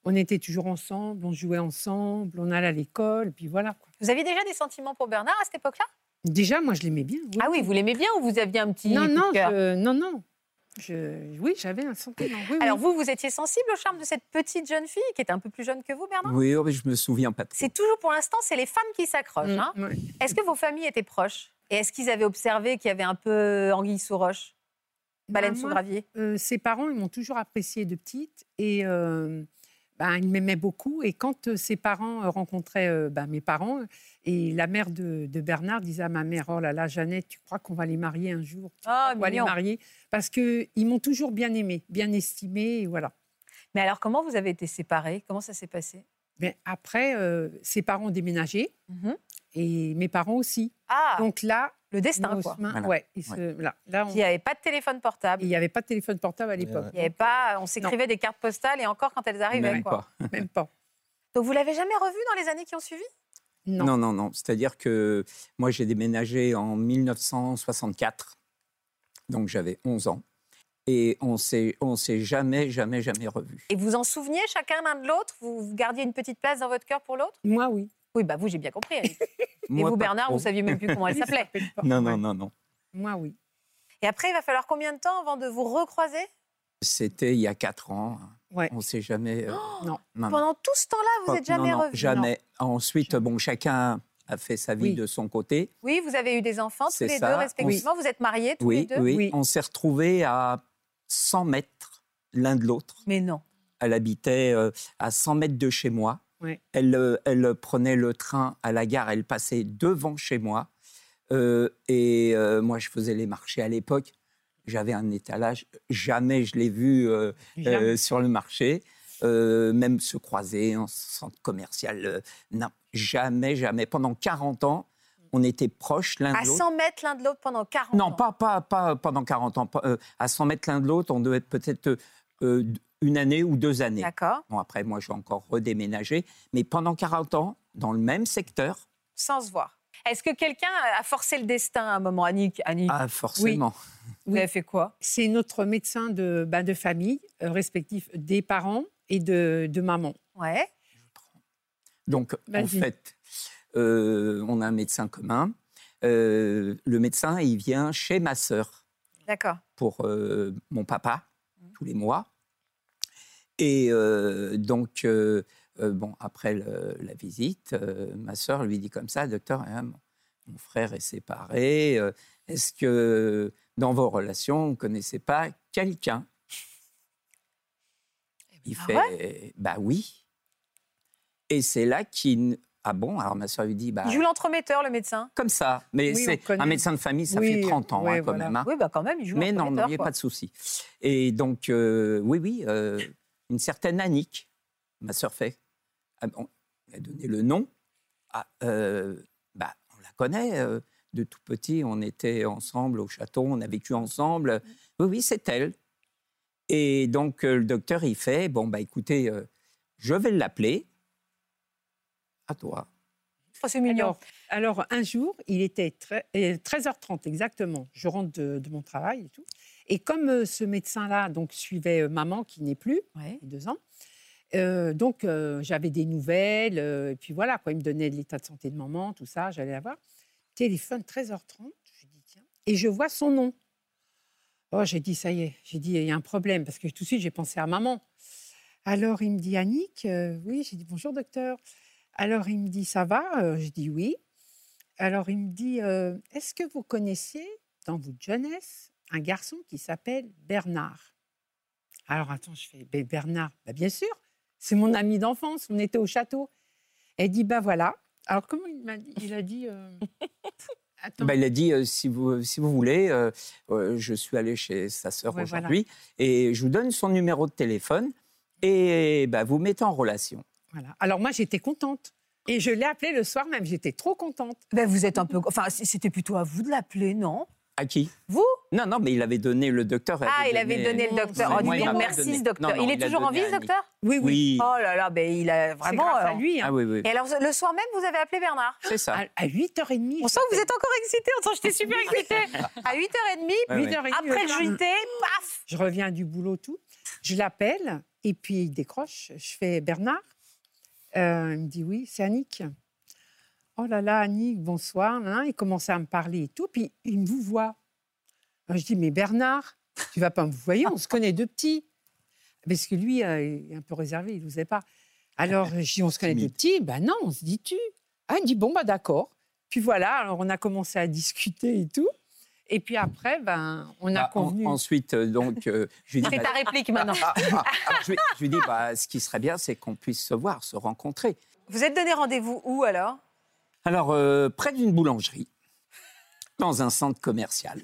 [SPEAKER 4] On était toujours ensemble, on jouait ensemble, on allait à l'école, puis voilà. quoi.
[SPEAKER 1] Vous aviez déjà des sentiments pour Bernard à cette époque-là
[SPEAKER 4] Déjà, moi, je l'aimais bien. oui.
[SPEAKER 1] Ah oui, vous l'aimez bien ou vous aviez un petit
[SPEAKER 4] non,
[SPEAKER 1] coup de
[SPEAKER 4] non,
[SPEAKER 1] cœur
[SPEAKER 4] je- non, non. Je- oui, j'avais un sentiment. oui,
[SPEAKER 1] Alors
[SPEAKER 4] oui.
[SPEAKER 1] vous, vous étiez sensible au charme de cette petite jeune fille qui était un peu plus jeune que vous, Bernard
[SPEAKER 3] Oui, oh, mais je me souviens pas. trop.
[SPEAKER 1] C'est toujours pour l'instant, c'est les femmes qui s'accrochent. hein.
[SPEAKER 4] Mm, ouais.
[SPEAKER 1] Est-ce que vos familles étaient proches Et est-ce qu'ils avaient observé qu'il y avait un peu anguille sous roche, baleine
[SPEAKER 4] Bah,
[SPEAKER 1] sous
[SPEAKER 4] moi,
[SPEAKER 1] gravier
[SPEAKER 4] euh, ses parents, ils m'ont toujours appréciée de petite et euh, ben, ils m'aimaient beaucoup. Et quand euh, ses parents euh, rencontraient euh, ben, mes parents, euh, et la mère de, de Bernard disait à ma mère, oh là là, Jeannette, tu crois qu'on va les marier un jour Tu
[SPEAKER 1] Ah,
[SPEAKER 4] crois qu'on va les
[SPEAKER 1] mignon.
[SPEAKER 4] marier Parce qu'ils m'ont toujours bien aimée, bien estimée, et voilà.
[SPEAKER 1] Mais alors, comment vous avez été séparés Comment ça s'est passé
[SPEAKER 4] Mais après, euh, ses parents ont déménagé
[SPEAKER 1] Mhm.
[SPEAKER 4] et mes parents aussi.
[SPEAKER 1] Ah,
[SPEAKER 4] Donc là,
[SPEAKER 1] le
[SPEAKER 4] nos
[SPEAKER 1] destin, quoi.
[SPEAKER 4] chemins-
[SPEAKER 3] Voilà.
[SPEAKER 4] ouais, ils se- voilà. là, on-
[SPEAKER 1] Il n'y avait pas de téléphone portable.
[SPEAKER 4] Ah, il n'y avait pas de téléphone portable à l'époque,
[SPEAKER 1] Il y avait pas, on s'écrivait des cartes postales et encore quand elles arrivaient.
[SPEAKER 3] Même
[SPEAKER 1] quoi.
[SPEAKER 3] pas.
[SPEAKER 4] même pas.
[SPEAKER 1] Donc vous l'avez jamais revu dans les années qui ont suivi
[SPEAKER 4] Non.
[SPEAKER 3] Non, non, non. C'est-à-dire que moi, j'ai déménagé en 1964. Donc, j'avais 11 ans. Et on s'est, on s'est jamais, jamais, jamais revus.
[SPEAKER 1] Et vous en souveniez chacun l'un de l'autre vous, vous gardiez une petite place dans votre cœur pour l'autre
[SPEAKER 4] Moi, oui.
[SPEAKER 1] Oui, bah vous, j'ai bien compris. Annick. Et
[SPEAKER 3] Moi,
[SPEAKER 1] vous,
[SPEAKER 3] pas
[SPEAKER 1] Bernard,
[SPEAKER 3] trop.
[SPEAKER 1] vous saviez même plus comment elle
[SPEAKER 4] Lui, ça
[SPEAKER 1] s'appelait.
[SPEAKER 4] s'appelle pas.
[SPEAKER 3] Non, non,
[SPEAKER 4] Ouais.
[SPEAKER 3] non, non.
[SPEAKER 4] Moi, oui.
[SPEAKER 1] Et après, il va falloir combien de temps avant de vous recroiser
[SPEAKER 3] C'était il y a 4 ans.
[SPEAKER 4] Ouais.
[SPEAKER 3] On s'est jamais. euh,
[SPEAKER 4] non.
[SPEAKER 3] non, non.
[SPEAKER 1] Pendant tout ce temps-là, Oh vous
[SPEAKER 3] Pas-
[SPEAKER 1] n'êtes jamais
[SPEAKER 3] non, non,
[SPEAKER 1] revu
[SPEAKER 3] Jamais. Ensuite, bon, chacun a fait sa vie
[SPEAKER 4] Oui.
[SPEAKER 3] de son côté.
[SPEAKER 1] Oui, vous avez eu des enfants, tous
[SPEAKER 3] C'est
[SPEAKER 1] les
[SPEAKER 3] ça,
[SPEAKER 1] deux,
[SPEAKER 3] on s-
[SPEAKER 1] respectivement. Vous êtes mariés, tous les
[SPEAKER 3] Oui,
[SPEAKER 1] deux
[SPEAKER 3] oui,
[SPEAKER 4] Oui.
[SPEAKER 3] On s'est retrouvés à 100 mètres l'un de l'autre.
[SPEAKER 1] Mais non.
[SPEAKER 3] Elle habitait euh, à 100 mètres de chez moi.
[SPEAKER 4] Oui.
[SPEAKER 3] Elle, euh, elle prenait le train à la gare, elle passait devant chez moi. Euh, et euh, moi, je faisais les marchés à l'époque. J'avais un étalage. Jamais je l'ai vue euh, euh, sur le marché, euh, même se croiser en centre commercial. euh, non, jamais, jamais. Pendant 40 ans, on était proches l'un
[SPEAKER 1] À
[SPEAKER 3] de l'autre.
[SPEAKER 1] 100 mètres l'un de l'autre pendant 40 ans.
[SPEAKER 3] Non, pas, pas, pas pendant 40 ans. pas, euh, à 100 mètres l'un de l'autre, on devait être peut-être euh, euh, une année ou deux années.
[SPEAKER 1] D'accord.
[SPEAKER 3] Bon, après, moi, je vais encore redéménager. Mais pendant 40 ans, dans le même secteur,
[SPEAKER 1] Sans se voir. Est-ce que quelqu'un a forcé le destin à un moment Annick, Annick
[SPEAKER 3] ah, forcément.
[SPEAKER 1] vous avez fait quoi
[SPEAKER 4] C'est notre médecin de, bah, de famille, euh, respectif des parents et de, de maman.
[SPEAKER 1] Ouais.
[SPEAKER 3] Donc, en
[SPEAKER 4] Vas-y.
[SPEAKER 3] fait, euh, on a un médecin commun. Euh, le médecin, il vient chez ma sœur
[SPEAKER 1] D'accord.
[SPEAKER 3] pour euh, mon papa
[SPEAKER 4] Mmh.
[SPEAKER 3] tous les mois. Et euh, donc, euh, euh, bon, après le- la visite, euh, ma sœur lui dit comme ça, docteur, hein, mon- mon frère est séparé. euh, Est-ce que dans vos relations, vous ne connaissez pas quelqu'un
[SPEAKER 4] Eh ben,
[SPEAKER 3] Il
[SPEAKER 1] Ah
[SPEAKER 3] fait, bah oui. Et c'est là qu'il... Ah bon Alors ma sœur lui dit, bah
[SPEAKER 1] Il joue l'entremetteur, le médecin
[SPEAKER 3] comme ça. Mais
[SPEAKER 4] Oui, on
[SPEAKER 3] c'est
[SPEAKER 4] connaît.
[SPEAKER 3] un médecin de famille, ça
[SPEAKER 4] Oui,
[SPEAKER 3] fait 30 ans
[SPEAKER 4] ouais,
[SPEAKER 3] hein, quand
[SPEAKER 4] voilà.
[SPEAKER 3] même. hein.
[SPEAKER 1] Oui, bah quand même, il joue
[SPEAKER 3] Mais non, non,
[SPEAKER 1] l'entremetteur.
[SPEAKER 3] il n'y a
[SPEAKER 1] quoi.
[SPEAKER 3] pas de souci. Et donc, euh, oui, oui, euh, une certaine Annick, ma sœur fait, ah bon, elle a donné le nom. Ah, euh, bah, on la connaît. euh, de tout petit, on était ensemble au château, on a vécu ensemble. Oui, oui, c'est elle. Et donc, euh, le docteur, il fait, bon, bah écoutez, euh, je vais l'appeler. À toi.
[SPEAKER 1] Oh, c'est mignon.
[SPEAKER 4] Alors, alors, un jour, il était tre- euh, 13h30 exactement. Je rentre de, de mon travail et tout. Et comme euh, ce médecin-là donc suivait euh, maman qui n'est plus,
[SPEAKER 1] Ouais.
[SPEAKER 4] il y a deux ans, euh, donc euh, j'avais des nouvelles. euh, et puis voilà, quoi, il me donnait l'état de santé de maman, tout ça, j'allais la voir. Téléphone 13h30, je dis tiens. Et je vois son nom. Oh, j'ai dit ça y est, j'ai dit il y a un problème parce que tout de suite j'ai pensé à maman. Alors il me dit Annick, euh, oui, j'ai dit bonjour docteur. Alors il me dit ça va, Euh, je dis oui. Alors il me dit euh, est-ce que vous connaissiez dans votre jeunesse un garçon qui s'appelle Bernard Alors attends, je fais Ben, Bernard, Bah, bien sûr, c'est mon ami d'enfance, on était au château. Elle dit bah voilà. Alors comment il m'a dit Il a dit euh, attends.
[SPEAKER 3] Bah, il a dit, euh, si, vous, si vous voulez, euh, euh, je suis allé chez sa sœur
[SPEAKER 4] Ouais, voilà.
[SPEAKER 3] aujourd'hui et je vous donne son numéro de téléphone et bah, vous mettez en relation.
[SPEAKER 4] Voilà. Alors moi, j'étais contente. Et je l'ai appelé le soir même, j'étais trop contente.
[SPEAKER 1] Ben, vous êtes un peu. Enfin, c- c'était plutôt à vous de l'appeler, non
[SPEAKER 3] À qui
[SPEAKER 1] Vous
[SPEAKER 3] Non, non, mais il avait donné le docteur.
[SPEAKER 1] Ah, il avait donné le docteur.
[SPEAKER 4] Non,
[SPEAKER 1] Oh, dis
[SPEAKER 4] moi, il
[SPEAKER 1] donc,
[SPEAKER 4] m'a
[SPEAKER 1] merci,
[SPEAKER 3] donné.
[SPEAKER 1] ce docteur.
[SPEAKER 3] Non, non,
[SPEAKER 1] il est
[SPEAKER 3] il a
[SPEAKER 1] toujours en vie,
[SPEAKER 3] donné
[SPEAKER 1] ce
[SPEAKER 3] à Annick.
[SPEAKER 1] docteur
[SPEAKER 4] Oui, oui.
[SPEAKER 3] Oui,
[SPEAKER 1] Oh là là, ben, il a
[SPEAKER 4] C'est
[SPEAKER 1] vraiment.
[SPEAKER 4] grâce à
[SPEAKER 1] euh,
[SPEAKER 4] lui. hein.
[SPEAKER 3] ah, oui, oui.
[SPEAKER 1] Et alors, le soir même, vous avez appelé Bernard
[SPEAKER 3] c'est ça.
[SPEAKER 4] À, à 8h30.
[SPEAKER 1] Ah On sent que vous êtes encore excité. On sent que j'étais super excitée. À 8h30,
[SPEAKER 3] Ouais, ouais.
[SPEAKER 1] après le
[SPEAKER 4] je...
[SPEAKER 1] JT, paf
[SPEAKER 4] je reviens du boulot, tout. Je l'appelle et puis il décroche. Je fais Bernard. Euh, il me dit oui, c'est Annick. Oh là là, Annick, bonsoir. hein. Il commence à me parler et tout. Puis il me vous voit. Alors, je dis mais Bernard, tu vas pas me voir. On se connaît de petit. Parce que lui, euh, il est un peu réservé, il n'osait pas. Alors, je dis, on se connaît de
[SPEAKER 3] Timide.
[SPEAKER 4] petit Ben non, on se dit tu. Ah, il me dit, bon, bah d'accord. Puis voilà, alors on a commencé à discuter et tout. Et puis après, ben, on a
[SPEAKER 3] Bah, en-
[SPEAKER 4] convenu.
[SPEAKER 3] ensuite, euh, donc, euh, je lui dis,
[SPEAKER 1] C'est
[SPEAKER 3] bah,
[SPEAKER 1] ta réplique maintenant.
[SPEAKER 3] ah, ah, ah, je lui- je lui dis, bah, ce qui serait bien, c'est qu'on puisse se voir, se rencontrer.
[SPEAKER 1] Vous êtes donné rendez-vous où alors
[SPEAKER 3] Alors, euh, près d'une boulangerie, dans un centre commercial.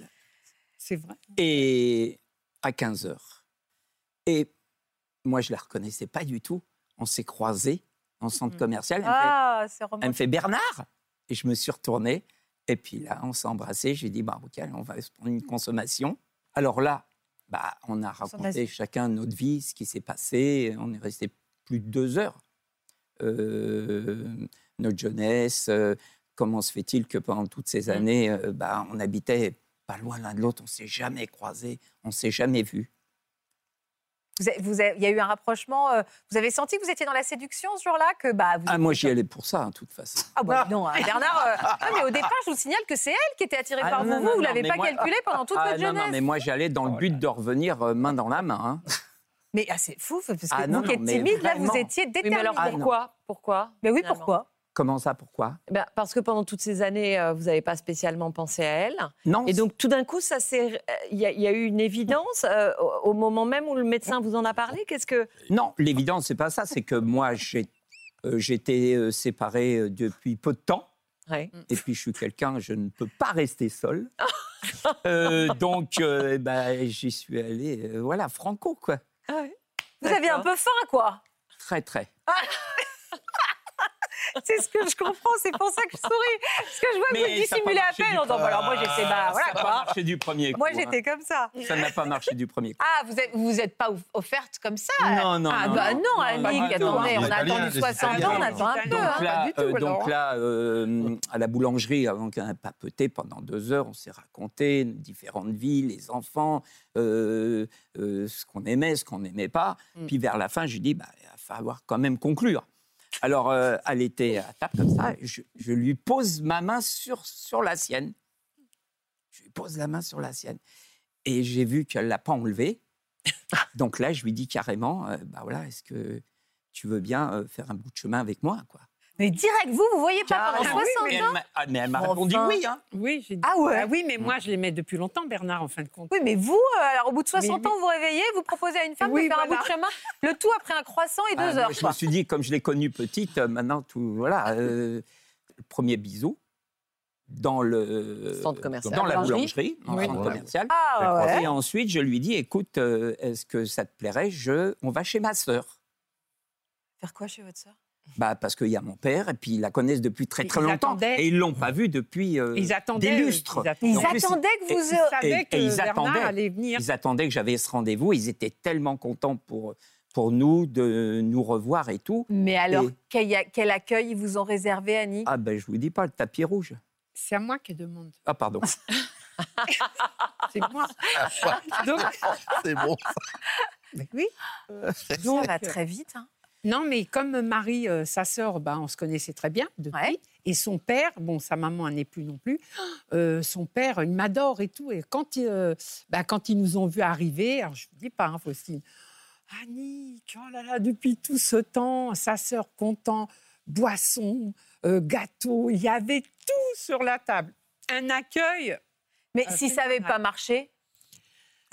[SPEAKER 4] C'est vrai.
[SPEAKER 3] et à 15 heures. Et moi, je la reconnaissais pas du tout. On s'est croisés en centre
[SPEAKER 4] Mhm.
[SPEAKER 3] commercial. Elle, me fait-
[SPEAKER 1] Ah, c'est
[SPEAKER 3] elle me, fait,
[SPEAKER 1] romantique.
[SPEAKER 3] Bernard Et je me suis retourné. Et puis là, on s'est embrassés. J'ai dit, bah, OK, on va se prendre une consommation. Alors là, bah, on a raconté
[SPEAKER 1] Consommation.
[SPEAKER 3] chacun notre vie, ce qui s'est passé. On est resté plus de deux heures. Euh, notre jeunesse, euh, comment se fait-il que pendant toutes
[SPEAKER 1] Mm.
[SPEAKER 3] ces années, euh, bah, on habitait pas loin l'un de l'autre, on s'est jamais croisés, on s'est jamais vus.
[SPEAKER 1] Vous avez- vous avez- Il y a eu un rapprochement. euh, vous avez senti que vous étiez dans la séduction ce jour-là que bah, vous...
[SPEAKER 3] Ah, moi, j'y allais pour ça, de toute façon.
[SPEAKER 1] Ah, bah, dis donc, hein, Bernard. euh, ah, mais au départ, je vous signale que c'est elle qui était attirée
[SPEAKER 3] Ah,
[SPEAKER 1] par
[SPEAKER 3] non,
[SPEAKER 1] vous.
[SPEAKER 3] non,
[SPEAKER 1] vous ne
[SPEAKER 3] non,
[SPEAKER 1] l'avez
[SPEAKER 3] mais
[SPEAKER 1] pas
[SPEAKER 3] moi-
[SPEAKER 1] calculé pendant toute
[SPEAKER 3] Ah,
[SPEAKER 1] votre
[SPEAKER 3] non,
[SPEAKER 1] jeunesse. Oh
[SPEAKER 3] non, mais moi, j'allais dans le but de revenir euh, main dans la main. hein.
[SPEAKER 1] Mais ah, c'est fou, parce que
[SPEAKER 3] Ah,
[SPEAKER 1] vous
[SPEAKER 3] non,
[SPEAKER 1] qui êtes
[SPEAKER 3] non, mais
[SPEAKER 1] timide, là, vous
[SPEAKER 3] vraiment.
[SPEAKER 1] étiez
[SPEAKER 7] Oui,
[SPEAKER 1] déterminé.
[SPEAKER 7] mais alors
[SPEAKER 3] Ah, non.
[SPEAKER 7] pourquoi Pourquoi
[SPEAKER 1] Mais oui,
[SPEAKER 7] finalement
[SPEAKER 1] pourquoi
[SPEAKER 3] Comment ça, pourquoi
[SPEAKER 7] Eh ben, parce que pendant toutes ces années, euh, vous n'avez pas spécialement pensé à elle.
[SPEAKER 3] Non,
[SPEAKER 7] Et donc, tout d'un coup, ça s'est- euh, il y, a- il y a eu une évidence euh, au au moment même où le médecin vous en a parlé. Qu'est-ce que
[SPEAKER 3] Non, l'évidence, c'est pas ça. C'est que moi, j'ai- euh, j'étais euh, séparé euh, depuis peu de temps.
[SPEAKER 7] Ouais.
[SPEAKER 3] Et puis, je suis quelqu'un, je ne peux pas rester seul. Euh, donc, euh, eh ben, j'y suis allé, euh, voilà, franco, quoi.
[SPEAKER 1] Vous aviez un peu faim, quoi.
[SPEAKER 3] Très, très.
[SPEAKER 1] Ah, C'est ce que je comprends, c'est pour ça que je souris. Parce que je vois que vous le
[SPEAKER 3] ça a pas
[SPEAKER 1] dissimulez à
[SPEAKER 3] marché
[SPEAKER 1] peine
[SPEAKER 3] du
[SPEAKER 1] en disant,
[SPEAKER 3] pre-
[SPEAKER 1] bah, alors moi j'étais, bah, voilà
[SPEAKER 3] Ça n'a
[SPEAKER 1] quoi.
[SPEAKER 3] pas marché du premier coup.
[SPEAKER 1] Moi
[SPEAKER 3] hein.
[SPEAKER 1] j'étais comme ça.
[SPEAKER 3] Ça n'a pas marché du premier coup.
[SPEAKER 1] Ah, vous êtes, vous êtes pas ouf- offerte comme ça
[SPEAKER 3] Non, non,
[SPEAKER 1] Ah
[SPEAKER 3] non,
[SPEAKER 1] bah
[SPEAKER 3] non,
[SPEAKER 1] non,
[SPEAKER 3] non,
[SPEAKER 1] Annick,
[SPEAKER 3] non, non,
[SPEAKER 1] attendez,
[SPEAKER 3] non,
[SPEAKER 1] on a
[SPEAKER 5] les Italiens,
[SPEAKER 1] attendu
[SPEAKER 5] les
[SPEAKER 1] 60
[SPEAKER 5] Italiens,
[SPEAKER 1] ans, on attend un
[SPEAKER 4] les
[SPEAKER 1] peu.
[SPEAKER 4] Italiens.
[SPEAKER 1] hein.
[SPEAKER 3] Donc là,
[SPEAKER 4] pas du tout,
[SPEAKER 3] euh, donc
[SPEAKER 4] alors.
[SPEAKER 3] là euh, à la boulangerie, avant qu'on ait papoté pendant deux heures, on s'est raconté nos différentes vies, les enfants, euh, euh, ce qu'on aimait, ce qu'on n'aimait pas.
[SPEAKER 4] Mm.
[SPEAKER 3] Puis vers la fin, je lui dis, bah, il va falloir quand même conclure. Alors, euh, elle était à table comme ça, et je, je lui pose ma main sur, sur la sienne. Je lui pose la main sur la sienne. Et j'ai vu qu'elle ne l'a pas enlevée. Donc là, je lui dis carrément, euh, bah voilà, est-ce que tu veux bien euh, faire un bout de chemin avec moi quoi
[SPEAKER 1] Mais direct, vous, vous voyez pas pendant
[SPEAKER 3] Carrément.
[SPEAKER 1] 60
[SPEAKER 3] Ah Mais
[SPEAKER 1] ans
[SPEAKER 3] elle m'a- ah, mais elle m'a
[SPEAKER 7] Enfin.
[SPEAKER 3] répondu oui. Hein.
[SPEAKER 4] Oui, j'ai dit.
[SPEAKER 1] Ah ouais
[SPEAKER 4] Ah oui, mais moi, je l'aimais depuis longtemps, Bernard, en fin de compte.
[SPEAKER 1] Oui, mais vous, euh, alors au bout de 60
[SPEAKER 4] Mais-
[SPEAKER 1] ans, vous vous réveillez, vous proposez à une femme
[SPEAKER 4] Oui,
[SPEAKER 1] de faire un
[SPEAKER 4] voilà.
[SPEAKER 1] bout de chemin, le tout après un croissant et
[SPEAKER 3] Ah,
[SPEAKER 1] deux
[SPEAKER 3] moi,
[SPEAKER 1] heures.
[SPEAKER 3] je
[SPEAKER 1] quoi.
[SPEAKER 3] me suis dit, comme je l'ai connue petite, euh, maintenant, tout, voilà, euh, le premier bisou dans le
[SPEAKER 7] Centre commercial.
[SPEAKER 3] dans la boulangerie,
[SPEAKER 1] Boulangerie.
[SPEAKER 3] dans le
[SPEAKER 4] Oui.
[SPEAKER 3] centre
[SPEAKER 5] Voilà.
[SPEAKER 3] commercial.
[SPEAKER 1] Ah ouais.
[SPEAKER 3] Et ensuite, je lui dis, écoute, euh, est-ce que ça te plairait je, On va chez ma sœur.
[SPEAKER 1] Faire quoi chez votre sœur
[SPEAKER 3] Bah, parce qu'il y a mon père, et puis ils la connaissent depuis très
[SPEAKER 4] Ils
[SPEAKER 3] très longtemps.
[SPEAKER 4] attendaient.
[SPEAKER 3] Et ils l'ont pas vue depuis euh,
[SPEAKER 4] Ils attendaient.
[SPEAKER 3] des lustres.
[SPEAKER 4] Ils
[SPEAKER 1] Ils
[SPEAKER 4] attendaient,
[SPEAKER 3] En plus,
[SPEAKER 1] attendaient que vous...
[SPEAKER 4] Ils
[SPEAKER 1] euh,
[SPEAKER 4] savaient
[SPEAKER 3] et-
[SPEAKER 4] que
[SPEAKER 3] et ils
[SPEAKER 4] Bernard
[SPEAKER 3] attendaient.
[SPEAKER 4] allait venir.
[SPEAKER 3] Ils attendaient que j'avais ce rendez-vous. Ils étaient tellement contents pour, pour nous de nous revoir et tout.
[SPEAKER 1] Mais alors,
[SPEAKER 3] Et-
[SPEAKER 1] quel, quel accueil ils vous ont réservé, Annie
[SPEAKER 3] Ah ben je vous dis pas, le tapis rouge.
[SPEAKER 4] C'est à moi qu'elle demande.
[SPEAKER 3] Ah pardon.
[SPEAKER 4] C'est moi. Donc,
[SPEAKER 5] C'est bon.
[SPEAKER 4] oui.
[SPEAKER 1] Ça va très vite. hein.
[SPEAKER 4] Non, mais comme Marie, euh, sa sœur, bah, on se connaissait très bien depuis.
[SPEAKER 1] Ouais.
[SPEAKER 4] Et son père, bon, sa maman elle n'est plus non plus. euh, son père, il m'adore et tout. Et quand, il, euh, bah, quand ils nous ont vus arriver, alors je ne dis pas, hein, Faustine, Annick, oh là là, depuis tout ce temps, sa sœur content, boisson, euh, gâteau, il y avait tout sur la table. Un accueil.
[SPEAKER 1] Mais
[SPEAKER 4] Ah,
[SPEAKER 1] si
[SPEAKER 4] c'est
[SPEAKER 1] ça n'avait
[SPEAKER 4] vrai.
[SPEAKER 1] pas marché...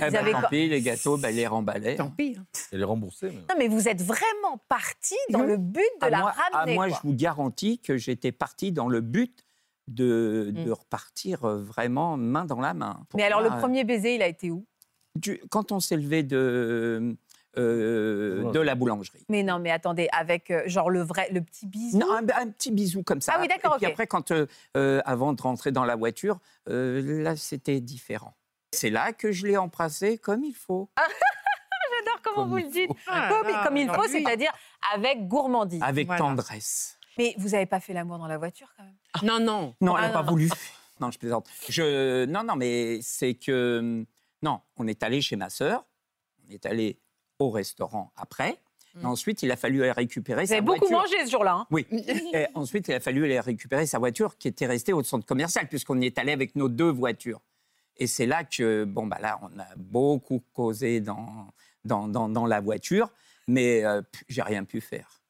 [SPEAKER 3] Eh
[SPEAKER 1] Vous
[SPEAKER 3] ben,
[SPEAKER 1] avez
[SPEAKER 3] tant
[SPEAKER 1] pas-
[SPEAKER 3] pis, les gâteaux, ben, les remballaient.
[SPEAKER 4] Tant pis. hein.
[SPEAKER 5] Elle est remboursée. mais-
[SPEAKER 1] Non, mais vous êtes vraiment parti dans
[SPEAKER 4] Oui.
[SPEAKER 1] le but de
[SPEAKER 3] À
[SPEAKER 1] la
[SPEAKER 3] Ah, moi, à
[SPEAKER 1] ramener.
[SPEAKER 3] moi,
[SPEAKER 1] quoi.
[SPEAKER 3] je vous garantis que j'étais parti dans le but de, de repartir euh, vraiment main dans la main. Pour
[SPEAKER 1] Mm. Mais alors,
[SPEAKER 3] moi,
[SPEAKER 1] le premier baiser, il a été où
[SPEAKER 3] euh, du- quand on s'est levé de, euh,
[SPEAKER 5] Ouais.
[SPEAKER 3] de la boulangerie.
[SPEAKER 1] Mais non, mais attendez, avec euh, genre le vrai, le petit bisou.
[SPEAKER 3] Non, un, un petit bisou comme ça.
[SPEAKER 1] Ah oui, d'accord,
[SPEAKER 3] Et puis
[SPEAKER 1] ok.
[SPEAKER 3] après, quand, euh, euh, avant de rentrer dans la voiture, euh, là, c'était différent. C'est là que je l'ai embrassé comme il faut.
[SPEAKER 1] J'adore comment
[SPEAKER 5] Comme
[SPEAKER 1] vous
[SPEAKER 5] il
[SPEAKER 1] le dites.
[SPEAKER 4] Ah,
[SPEAKER 1] comme,
[SPEAKER 4] là,
[SPEAKER 1] comme il
[SPEAKER 4] alors
[SPEAKER 1] faut,
[SPEAKER 4] lui-
[SPEAKER 1] c'est-à-dire avec gourmandise.
[SPEAKER 3] Avec
[SPEAKER 4] Voilà.
[SPEAKER 3] tendresse.
[SPEAKER 1] Mais vous n'avez pas fait l'amour dans la voiture, quand même.
[SPEAKER 4] Non, non.
[SPEAKER 3] Non,
[SPEAKER 1] Ah,
[SPEAKER 3] elle n'a
[SPEAKER 1] non,
[SPEAKER 3] pas voulu. Non, je plaisante. Je... Non, non, mais c'est que. hum, Non, on est allé chez ma sœur, on est allé au restaurant après. Et ensuite, il a fallu aller récupérer
[SPEAKER 1] Hum. Vous
[SPEAKER 3] sa
[SPEAKER 1] avez beaucoup
[SPEAKER 3] voiture.
[SPEAKER 1] mangé ce jour-là. hein.
[SPEAKER 3] Oui. Et ensuite, il a fallu aller récupérer sa voiture qui était restée au centre commercial, puisqu'on y est allé avec nos deux voitures. Et c'est là que, bon, bah là, on a beaucoup causé dans, dans, dans, dans la voiture, mais euh, pff, j'ai rien pu faire.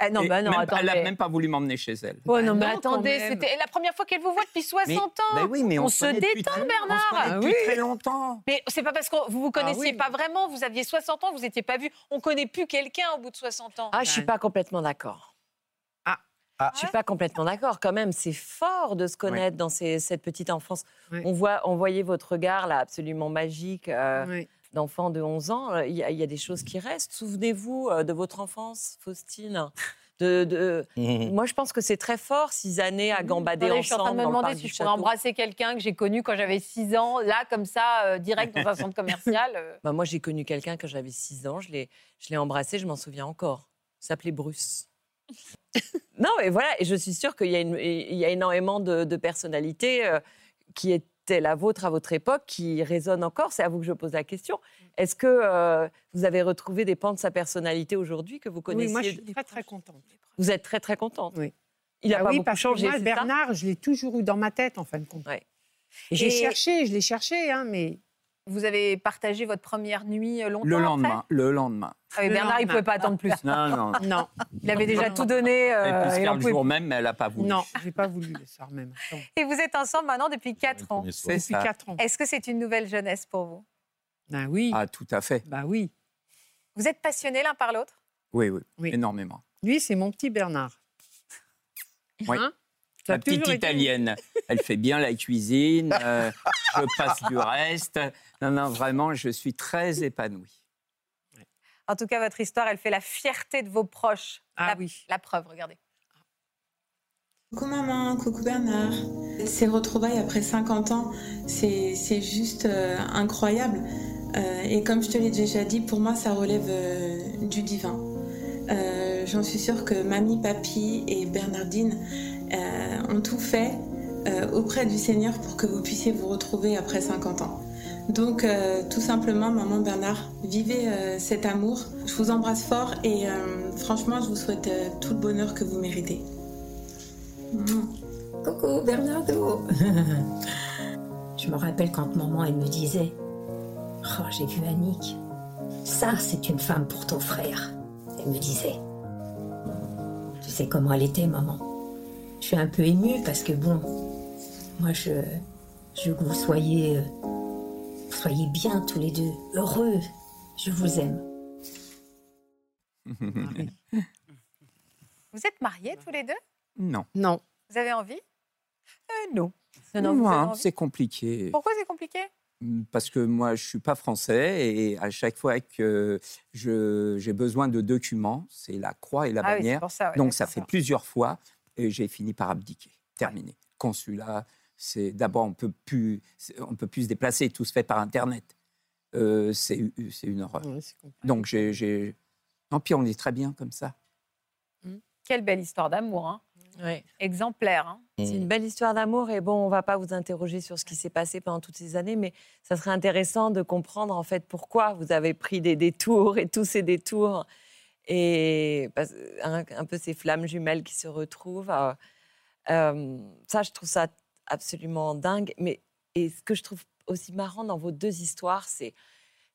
[SPEAKER 1] Ah, non,
[SPEAKER 3] Et
[SPEAKER 1] bah non,
[SPEAKER 3] même-
[SPEAKER 1] attendez.
[SPEAKER 3] elle n'a même pas voulu m'emmener chez elle.
[SPEAKER 1] Oh, non,
[SPEAKER 4] Bah
[SPEAKER 1] mais
[SPEAKER 4] non, quand
[SPEAKER 1] attendez,
[SPEAKER 4] même.
[SPEAKER 1] c'était la première fois qu'elle vous voit depuis 60 ans.
[SPEAKER 3] bah oui, mais
[SPEAKER 1] on
[SPEAKER 3] on,
[SPEAKER 1] se
[SPEAKER 3] connaît depuis
[SPEAKER 1] détend,
[SPEAKER 3] très-
[SPEAKER 1] Bernard.
[SPEAKER 3] On se connaît
[SPEAKER 4] Ah
[SPEAKER 3] depuis
[SPEAKER 4] oui.
[SPEAKER 3] très longtemps.
[SPEAKER 1] Mais c'est pas parce que vous vous
[SPEAKER 4] Ah oui.
[SPEAKER 1] connaissiez pas vraiment, vous aviez 60 ans, vous n'étiez pas vu. On connaît plus quelqu'un au bout de 60 ans.
[SPEAKER 7] Ah, je suis
[SPEAKER 4] Ouais.
[SPEAKER 7] pas complètement d'accord.
[SPEAKER 4] Ah.
[SPEAKER 5] Ah.
[SPEAKER 7] Je suis pas complètement d'accord quand même. C'est fort de se connaître dans ces- cette petite enfance.
[SPEAKER 4] Ouais.
[SPEAKER 7] On voit, on voyait votre regard là absolument magique euh,
[SPEAKER 4] Ouais.
[SPEAKER 7] d'enfant de 11 ans. euh, Il y, a- il y a des choses qui restent. Souvenez-vous euh, de votre enfance, Faustine. De, de- Moi, je pense que c'est très fort six années à gambader
[SPEAKER 1] Attendez,
[SPEAKER 7] ensemble.
[SPEAKER 1] je suis en train de me
[SPEAKER 7] dans le
[SPEAKER 1] demander
[SPEAKER 7] parc
[SPEAKER 1] si
[SPEAKER 7] du
[SPEAKER 1] je pourrais
[SPEAKER 7] château.
[SPEAKER 1] embrasser quelqu'un que j'ai connu quand j'avais 6 ans, là, comme ça, euh, direct dans un centre commercial. euh.
[SPEAKER 7] Bah, moi, j'ai connu quelqu'un quand j'avais 6 ans. Je l'ai, je l'ai embrassé, je m'en souviens encore. Il s'appelait Bruce. non, mais voilà, et je suis sûre qu'il y a, une- il y a énormément de, de personnalités euh, qui étaient la vôtre à votre époque, qui résonnent encore. C'est à vous que je pose la question. Est-ce que euh, vous avez retrouvé des pans de sa personnalité aujourd'hui que vous connaissiez
[SPEAKER 4] Oui, moi, je suis très, très contente.
[SPEAKER 7] Vous êtes très, très contente.
[SPEAKER 4] Oui.
[SPEAKER 7] Il n'a
[SPEAKER 4] Ah
[SPEAKER 7] pas
[SPEAKER 4] oui,
[SPEAKER 7] beaucoup
[SPEAKER 4] parce que
[SPEAKER 7] changé,
[SPEAKER 4] moi,
[SPEAKER 7] c'est ça
[SPEAKER 4] Bernard, je l'ai toujours eu dans ma tête, en fin de compte.
[SPEAKER 7] Ouais.
[SPEAKER 4] Et J'ai
[SPEAKER 1] Et-
[SPEAKER 4] cherché, je l'ai cherché, hein, mais
[SPEAKER 1] Vous avez partagé votre première nuit euh, longtemps
[SPEAKER 3] Le
[SPEAKER 1] après
[SPEAKER 3] lendemain, le lendemain.
[SPEAKER 1] Ah oui,
[SPEAKER 4] Le
[SPEAKER 1] Bernard, il ne
[SPEAKER 4] lendemain.
[SPEAKER 1] pouvait pas attendre plus.
[SPEAKER 3] Non, non.
[SPEAKER 4] Non,
[SPEAKER 1] Il avait déjà tout donné. euh,
[SPEAKER 3] Elle a pu se
[SPEAKER 1] et,
[SPEAKER 3] faire
[SPEAKER 1] on
[SPEAKER 3] le
[SPEAKER 1] pouvait-
[SPEAKER 3] jour même, mais elle n'a pas voulu.
[SPEAKER 4] non, j'ai pas voulu le soir même. Non.
[SPEAKER 1] Et vous êtes ensemble maintenant depuis 4 ans.
[SPEAKER 5] Premier soir.
[SPEAKER 3] C'est
[SPEAKER 4] Depuis
[SPEAKER 3] ça.
[SPEAKER 4] 4 ans.
[SPEAKER 1] Est-ce que c'est une nouvelle jeunesse pour vous
[SPEAKER 4] Ben oui,
[SPEAKER 3] Ah, tout à fait.
[SPEAKER 4] bah oui.
[SPEAKER 1] Vous êtes passionnés l'un par l'autre
[SPEAKER 3] Oui, oui,
[SPEAKER 4] Oui.
[SPEAKER 3] énormément.
[SPEAKER 4] Lui, c'est mon petit Bernard.
[SPEAKER 3] Oui.
[SPEAKER 4] Hein
[SPEAKER 3] La
[SPEAKER 4] Ça a
[SPEAKER 3] petite
[SPEAKER 4] toujours été-
[SPEAKER 3] italienne. Elle fait bien la cuisine. euh, je passe du reste. Non, non, vraiment, je suis très épanouie.
[SPEAKER 1] En tout cas, votre histoire, elle fait la fierté de vos proches.
[SPEAKER 4] Ah
[SPEAKER 1] la,
[SPEAKER 4] oui.
[SPEAKER 1] la preuve, regardez.
[SPEAKER 10] Coucou maman, coucou Bernard. Ces retrouvailles après 50 ans, c'est c'est juste euh, incroyable. Euh, et comme je te l'ai déjà dit, pour moi, ça relève euh, du divin. Euh, J'en suis sûre que mamie, papy et Bernardine euh, ont tout fait euh, auprès du Seigneur pour que vous puissiez vous retrouver après 50 ans. Donc, euh, tout simplement, maman Bernard, vivez euh, cet amour. Je vous embrasse fort et euh, franchement, je vous souhaite euh, tout le bonheur que vous méritez.
[SPEAKER 11] Coucou Bernardo Je me rappelle quand maman elle me disait Oh j'ai vu Annick Ça c'est une femme pour ton frère Elle me disait Tu sais comment elle était maman Je suis un peu émue parce que bon Moi je, je veux que vous soyez euh, Soyez bien tous les deux Heureux Je vous aime
[SPEAKER 4] Ah oui.
[SPEAKER 1] Vous êtes mariés tous les deux
[SPEAKER 3] non.
[SPEAKER 4] Non,
[SPEAKER 1] Vous avez envie Euh, Non. Non, non, vous
[SPEAKER 3] Moi,
[SPEAKER 1] avez
[SPEAKER 3] hein,
[SPEAKER 1] envie
[SPEAKER 3] c'est compliqué. mm,
[SPEAKER 1] Pourquoi c'est compliqué
[SPEAKER 3] Parce que moi, je suis pas français et à chaque fois que je- j'ai besoin de documents, c'est la croix et la
[SPEAKER 1] Ah oui, c'est
[SPEAKER 3] bannière.
[SPEAKER 1] pour ça. ouais,
[SPEAKER 3] Donc ça fait
[SPEAKER 1] d'accord.
[SPEAKER 3] plusieurs fois et j'ai fini par abdiquer. Terminé. Consulat, c'est d'abord on peut plus, c'est- on peut plus se déplacer. Tout se fait par internet. Euh, c'est c'est une horreur.
[SPEAKER 4] ouais, c'est compliqué.
[SPEAKER 3] Donc j'ai- j'ai. Non, puis on est très bien comme ça.
[SPEAKER 1] Quelle belle histoire d'amour, hein.
[SPEAKER 7] Ouais.
[SPEAKER 1] exemplaire. hein.
[SPEAKER 7] C'est une belle histoire d'amour et bon, on va pas vous interroger sur ce qui s'est passé pendant toutes ces années, mais ça serait intéressant de comprendre en fait pourquoi vous avez pris des détours et tous ces détours et parce- un, un peu ces flammes jumelles qui se retrouvent. euh, euh, ça, je trouve ça absolument dingue. Mais et ce que je trouve aussi marrant dans vos deux histoires, c'est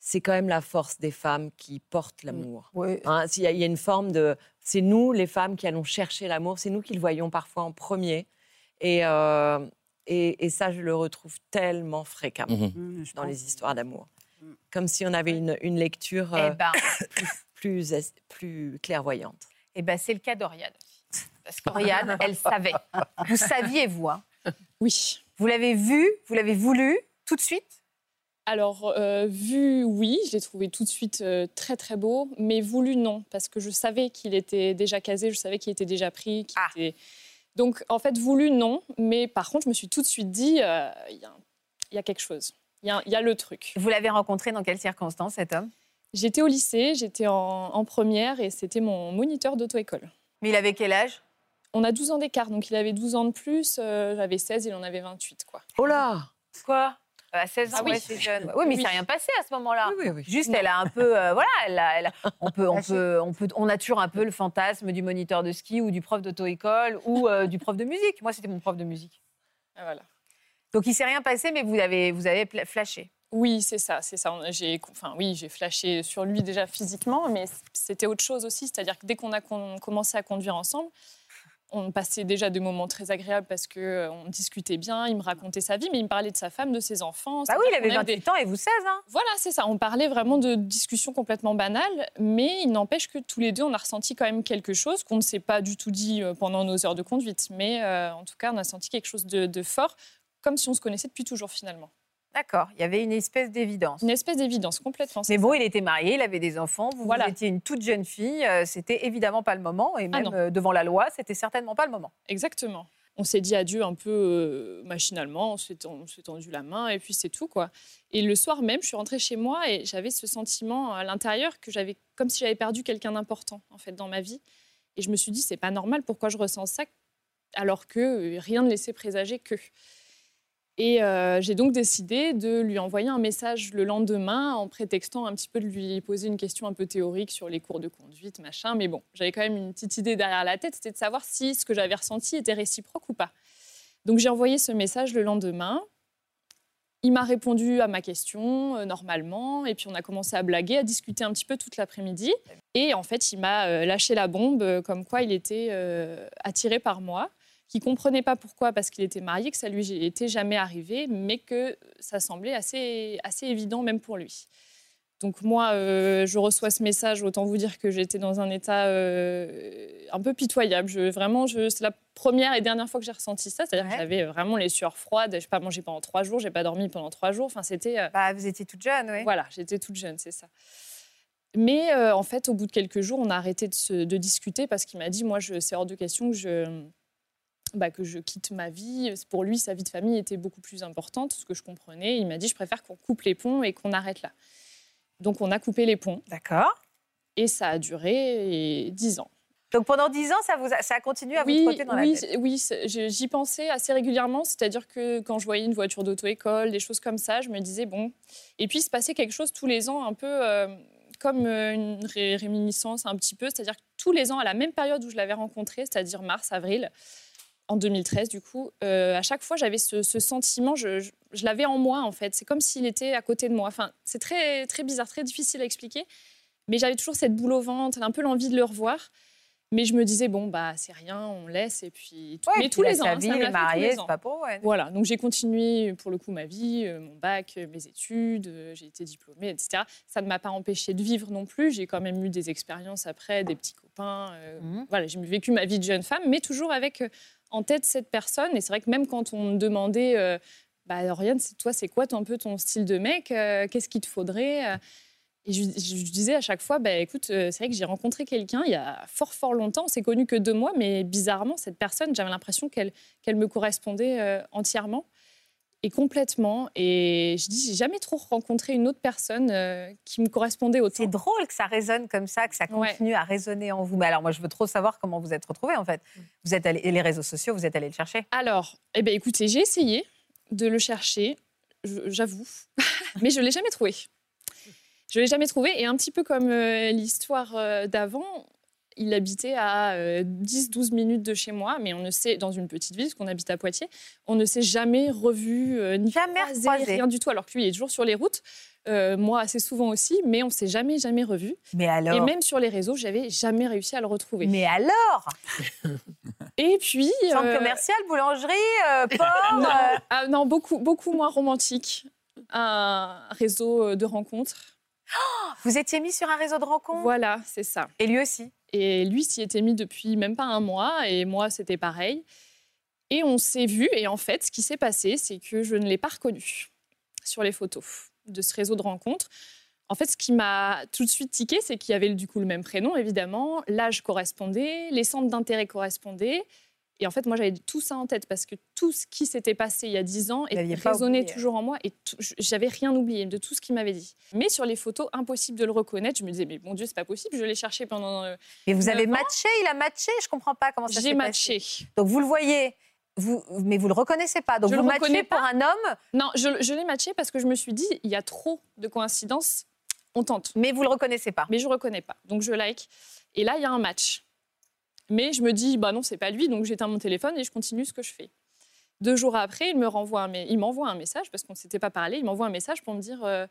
[SPEAKER 7] c'est quand même la force des femmes qui portent l'amour. Hein, s'il y a- il y a une forme de. C'est nous, les femmes, qui allons chercher l'amour. C'est nous qui le voyons parfois en premier. Et, euh, et, et ça, je le retrouve tellement fréquemment
[SPEAKER 12] Mhm.
[SPEAKER 6] Mmh, je
[SPEAKER 7] dans
[SPEAKER 6] pense.
[SPEAKER 7] les histoires d'amour. Comme si on avait une, une lecture
[SPEAKER 1] Eh
[SPEAKER 7] euh,
[SPEAKER 1] ben,
[SPEAKER 7] plus, es- plus clairvoyante.
[SPEAKER 1] eh ben, c'est le cas d'Oriane. Parce qu'Oriane, elle savait. Vous saviez, vous. hein.
[SPEAKER 2] Oui.
[SPEAKER 1] Vous l'avez vu, vous l'avez voulu, tout de suite.
[SPEAKER 2] Alors, euh, vu, oui, je l'ai trouvé tout de suite euh, très très beau, mais voulu, non, parce que je savais qu'il était déjà casé, je savais qu'il était déjà pris. qu'il
[SPEAKER 1] Ah.
[SPEAKER 2] était- Donc, en fait, voulu, non, mais par contre, je me suis tout de suite dit, euh, il y, a un- il y a quelque chose, il y a- il y a le truc.
[SPEAKER 1] Vous l'avez rencontré dans quelles circonstances, cet homme
[SPEAKER 2] J'étais au lycée, j'étais en, en première et c'était mon moniteur d'auto-école.
[SPEAKER 1] Mais il avait quel âge
[SPEAKER 2] On a 12 ans d'écart, donc il avait 12 ans de plus, euh, j'avais 16, il en avait 28, quoi.
[SPEAKER 7] Oh là
[SPEAKER 1] Quoi Euh, À 16 ans,
[SPEAKER 2] Ah oui.
[SPEAKER 1] ouais, c'est jeune. Oui, mais il
[SPEAKER 2] Oui.
[SPEAKER 1] s'est rien passé à ce moment-là.
[SPEAKER 7] Oui, oui, oui.
[SPEAKER 1] Juste,
[SPEAKER 2] Non.
[SPEAKER 1] elle a un peu, euh, voilà, elle a- elle a- on peut, on
[SPEAKER 6] Lâché.
[SPEAKER 1] peut, on peut, on a toujours un peu le fantasme du moniteur de ski ou du prof d'auto-école ou euh, du prof de musique. Moi, c'était mon prof de musique.
[SPEAKER 2] Ah, voilà.
[SPEAKER 1] Donc, il s'est rien passé, mais vous avez, vous avez pla- flashé.
[SPEAKER 2] Oui, c'est ça, c'est ça. On a- J'ai, enfin, oui, j'ai flashé sur lui déjà physiquement, mais c'était autre chose aussi. C'est-à-dire que dès qu'on a con- commencé à conduire ensemble, on passait déjà des moments très agréables parce que euh, on discutait bien. Il me racontait sa vie, mais il me parlait de sa femme, de ses enfants.
[SPEAKER 1] Bah oui, il
[SPEAKER 2] C'est-à-dire
[SPEAKER 1] avait
[SPEAKER 2] qu'on des-
[SPEAKER 1] 28 ans et vous 16, hein
[SPEAKER 2] Voilà, c'est ça. On parlait vraiment de discussions complètement banales, mais il n'empêche que tous les deux, on a ressenti quand même quelque chose qu'on ne s'est pas du tout dit euh, pendant nos heures de conduite, mais euh, en tout cas, on a senti quelque chose de- de fort, comme si on se connaissait depuis toujours finalement.
[SPEAKER 1] D'accord. Il y avait une espèce d'évidence.
[SPEAKER 2] Une espèce d'évidence complètement.
[SPEAKER 1] Mais bon, il était marié, il avait des enfants. Vous, vous
[SPEAKER 2] Voilà. Ah
[SPEAKER 1] étiez une toute jeune fille. euh, c'était évidemment pas le moment, et même
[SPEAKER 2] non.
[SPEAKER 1] euh, devant la loi, c'était certainement pas le moment.
[SPEAKER 2] Exactement. On s'est dit adieu un peu euh, machinalement, on s'est on s'est tendu la main et puis c'est tout quoi. Et le soir même, je suis rentrée chez moi et j'avais ce sentiment à l'intérieur que j'avais comme si j'avais perdu quelqu'un d'important en fait dans ma vie. Et je me suis dit c'est pas normal, pourquoi je ressens ça alors que euh, rien ne laissait présager que. Et euh, j'ai donc décidé de lui envoyer un message le lendemain en prétextant un petit peu de lui poser une question un peu théorique sur les cours de conduite, machin. Mais bon, j'avais quand même une petite idée derrière la tête, c'était de savoir si ce que j'avais ressenti était réciproque ou pas. Donc j'ai envoyé ce message le lendemain. Il m'a répondu à ma question euh, normalement, et puis on a commencé à blaguer, à discuter un petit peu toute l'après-midi. Et en fait, il m'a euh, lâché la bombe, euh, comme quoi il était euh, attiré par moi, qu'il comprenait pas pourquoi, parce qu'il était marié, que ça lui était jamais arrivé, mais que ça semblait assez, assez évident même pour lui. Donc moi, euh, je reçois ce message, autant vous dire que j'étais dans un état euh, un peu pitoyable. Je, vraiment, je, c'est la première et dernière fois que j'ai ressenti ça. C'est-à-dire que j'avais vraiment les sueurs froides. Je n'ai pas mangé pendant trois jours, j'ai pas dormi pendant trois jours. Enfin, c'était... euh,
[SPEAKER 1] Bah, vous étiez toute jeune, oui.
[SPEAKER 2] Voilà, j'étais toute jeune, c'est ça. Mais euh, en fait, au bout de quelques jours, on a arrêté de, se- de discuter parce qu'il m'a dit, moi, je, c'est hors de question que je, bah, que je quitte ma vie. Pour lui, sa vie de famille était beaucoup plus importante, ce que je comprenais. Il m'a dit, je préfère qu'on coupe les ponts et qu'on arrête là. Donc, on a coupé les ponts.
[SPEAKER 1] D'accord.
[SPEAKER 2] Et ça a duré et, 10 ans.
[SPEAKER 1] Donc pendant 10 ans, ça, vous a, ça a continué à
[SPEAKER 2] Oui,
[SPEAKER 1] vous trotter dans
[SPEAKER 2] oui,
[SPEAKER 1] la tête.
[SPEAKER 2] c'est- oui, c'est- j'ai- j'y pensais assez régulièrement, c'est-à-dire que quand je voyais une voiture d'auto-école, des choses comme ça, je me disais bon. Et puis il se passait quelque chose tous les ans, un peu euh, comme euh, une ré- réminiscence, un petit peu, c'est-à-dire que tous les ans, à la même période où je l'avais rencontré, c'est-à-dire mars, avril, en 2013 du coup, euh, à chaque fois j'avais ce, ce sentiment, je, je- je l'avais en moi en fait, c'est comme s'il était à côté de moi. Enfin, c'est très, très bizarre, très difficile à expliquer, mais j'avais toujours cette boule au ventre, un peu l'envie de le revoir. Mais je me disais, bon, bah, c'est rien, on laisse. Et puis,
[SPEAKER 1] Ouais,
[SPEAKER 2] mais
[SPEAKER 1] puis
[SPEAKER 2] tous
[SPEAKER 1] il a
[SPEAKER 2] les ans,
[SPEAKER 1] sa
[SPEAKER 2] hein,
[SPEAKER 1] vie,
[SPEAKER 2] ça me
[SPEAKER 1] il
[SPEAKER 2] l'a
[SPEAKER 1] est
[SPEAKER 2] fait tous
[SPEAKER 1] marié,
[SPEAKER 2] les
[SPEAKER 1] c'est
[SPEAKER 2] ans.
[SPEAKER 1] pas pour, ouais.
[SPEAKER 2] Voilà, donc j'ai continué pour le coup ma vie, euh, mon bac, euh, mes études, euh, j'ai été diplômée, etc. Ça ne m'a pas empêché de vivre non plus. J'ai quand même eu des expériences après, des petits copains. euh, Voilà, j'ai vécu ma vie de jeune femme, mais toujours avec euh, en tête cette personne. Et c'est vrai que même quand on me demandait, euh, bah, Oriane, c'est- toi, c'est quoi ton- un peu ton style de mec Euh, Qu'est-ce qu'il te faudrait Euh, et je, je- je disais à chaque fois, bah, écoute, euh, c'est vrai que j'ai rencontré quelqu'un il y a fort, fort longtemps. On s'est connu que deux mois, mais bizarrement, cette personne, j'avais l'impression qu'elle qu'elle me correspondait euh, entièrement et complètement. Et je dis, j'ai jamais trop rencontré une autre personne euh, qui me correspondait autant.
[SPEAKER 1] C'est drôle que ça résonne comme ça, que ça continue à résonner en vous. Mais alors moi, je veux trop savoir comment vous êtes retrouvés en fait.
[SPEAKER 2] Mm.
[SPEAKER 1] Vous êtes allé, et les réseaux sociaux, vous êtes allé le chercher.
[SPEAKER 2] Alors, eh ben, écoutez, j'ai essayé de le chercher, je- j'avoue, mais je ne l'ai jamais trouvé. Je ne l'ai jamais trouvé. Et un petit peu comme euh, l'histoire euh, d'avant, il habitait à 10-12 minutes de chez moi, mais on ne sait, dans une petite ville, parce qu'on habite à Poitiers, on ne s'est jamais revu, euh, ni croisé,
[SPEAKER 1] recroisé.
[SPEAKER 2] rien du tout, alors que lui, il est toujours sur les routes. euh, moi, assez souvent aussi, mais on ne s'est jamais, jamais revu.
[SPEAKER 1] Mais alors
[SPEAKER 2] Et même sur les réseaux, j'avais jamais réussi à le retrouver.
[SPEAKER 1] Mais alors
[SPEAKER 2] Et puis.
[SPEAKER 1] Centre
[SPEAKER 2] euh,
[SPEAKER 1] commercial, boulangerie, euh, port.
[SPEAKER 2] non,
[SPEAKER 1] euh,
[SPEAKER 2] ah non, beaucoup, beaucoup moins romantique. Un réseau de rencontres.
[SPEAKER 1] Vous étiez mis sur un réseau de rencontres
[SPEAKER 2] Voilà, c'est ça.
[SPEAKER 1] Et lui aussi
[SPEAKER 2] Et lui s'y était mis depuis même pas un mois, et moi, c'était pareil. Et on s'est vus, et en fait, ce qui s'est passé, c'est que je ne l'ai pas reconnu sur les photos de ce réseau de rencontres. En fait, ce qui m'a tout de suite tiqué, c'est qu'il y avait du coup le même prénom, évidemment, l'âge correspondait, les centres d'intérêt correspondaient. Et en fait, moi, j'avais tout ça en tête parce que tout ce qui s'était passé il y a dix ans
[SPEAKER 1] l'aviez
[SPEAKER 2] et
[SPEAKER 1] pas
[SPEAKER 2] résonnait
[SPEAKER 1] oublié. hein.
[SPEAKER 2] toujours en moi et tout- j- j'avais rien oublié de tout ce qu'il m'avait dit. Mais sur les photos, impossible de le reconnaître. Je me disais, mais mon Dieu, c'est pas possible. Je l'ai cherché pendant. euh,
[SPEAKER 1] Mais vous avez
[SPEAKER 2] neuf ans.
[SPEAKER 1] matché, il a matché, je comprends pas comment ça s'est
[SPEAKER 2] J'ai
[SPEAKER 1] passé.
[SPEAKER 2] matché.
[SPEAKER 1] Donc vous le voyez, vous, mais vous le reconnaissez pas. Donc
[SPEAKER 2] Je
[SPEAKER 1] vous
[SPEAKER 2] le
[SPEAKER 1] matchez
[SPEAKER 2] reconnais
[SPEAKER 1] pour
[SPEAKER 2] pas.
[SPEAKER 1] un homme.
[SPEAKER 2] Non, je, je l'ai matché parce que je me suis dit, il y a trop de coïncidences. On tente.
[SPEAKER 1] Mais vous le reconnaissez pas.
[SPEAKER 2] Mais je reconnais pas. Donc je like. Et là, il y a un match. Mais je me dis, bah non, c'est pas lui. Donc j'éteins mon téléphone et je continue ce que je fais. Deux jours après, il me renvoie, mais il m'envoie un message parce qu'on ne s'était pas parlé. Il m'envoie un message pour me dire. euh,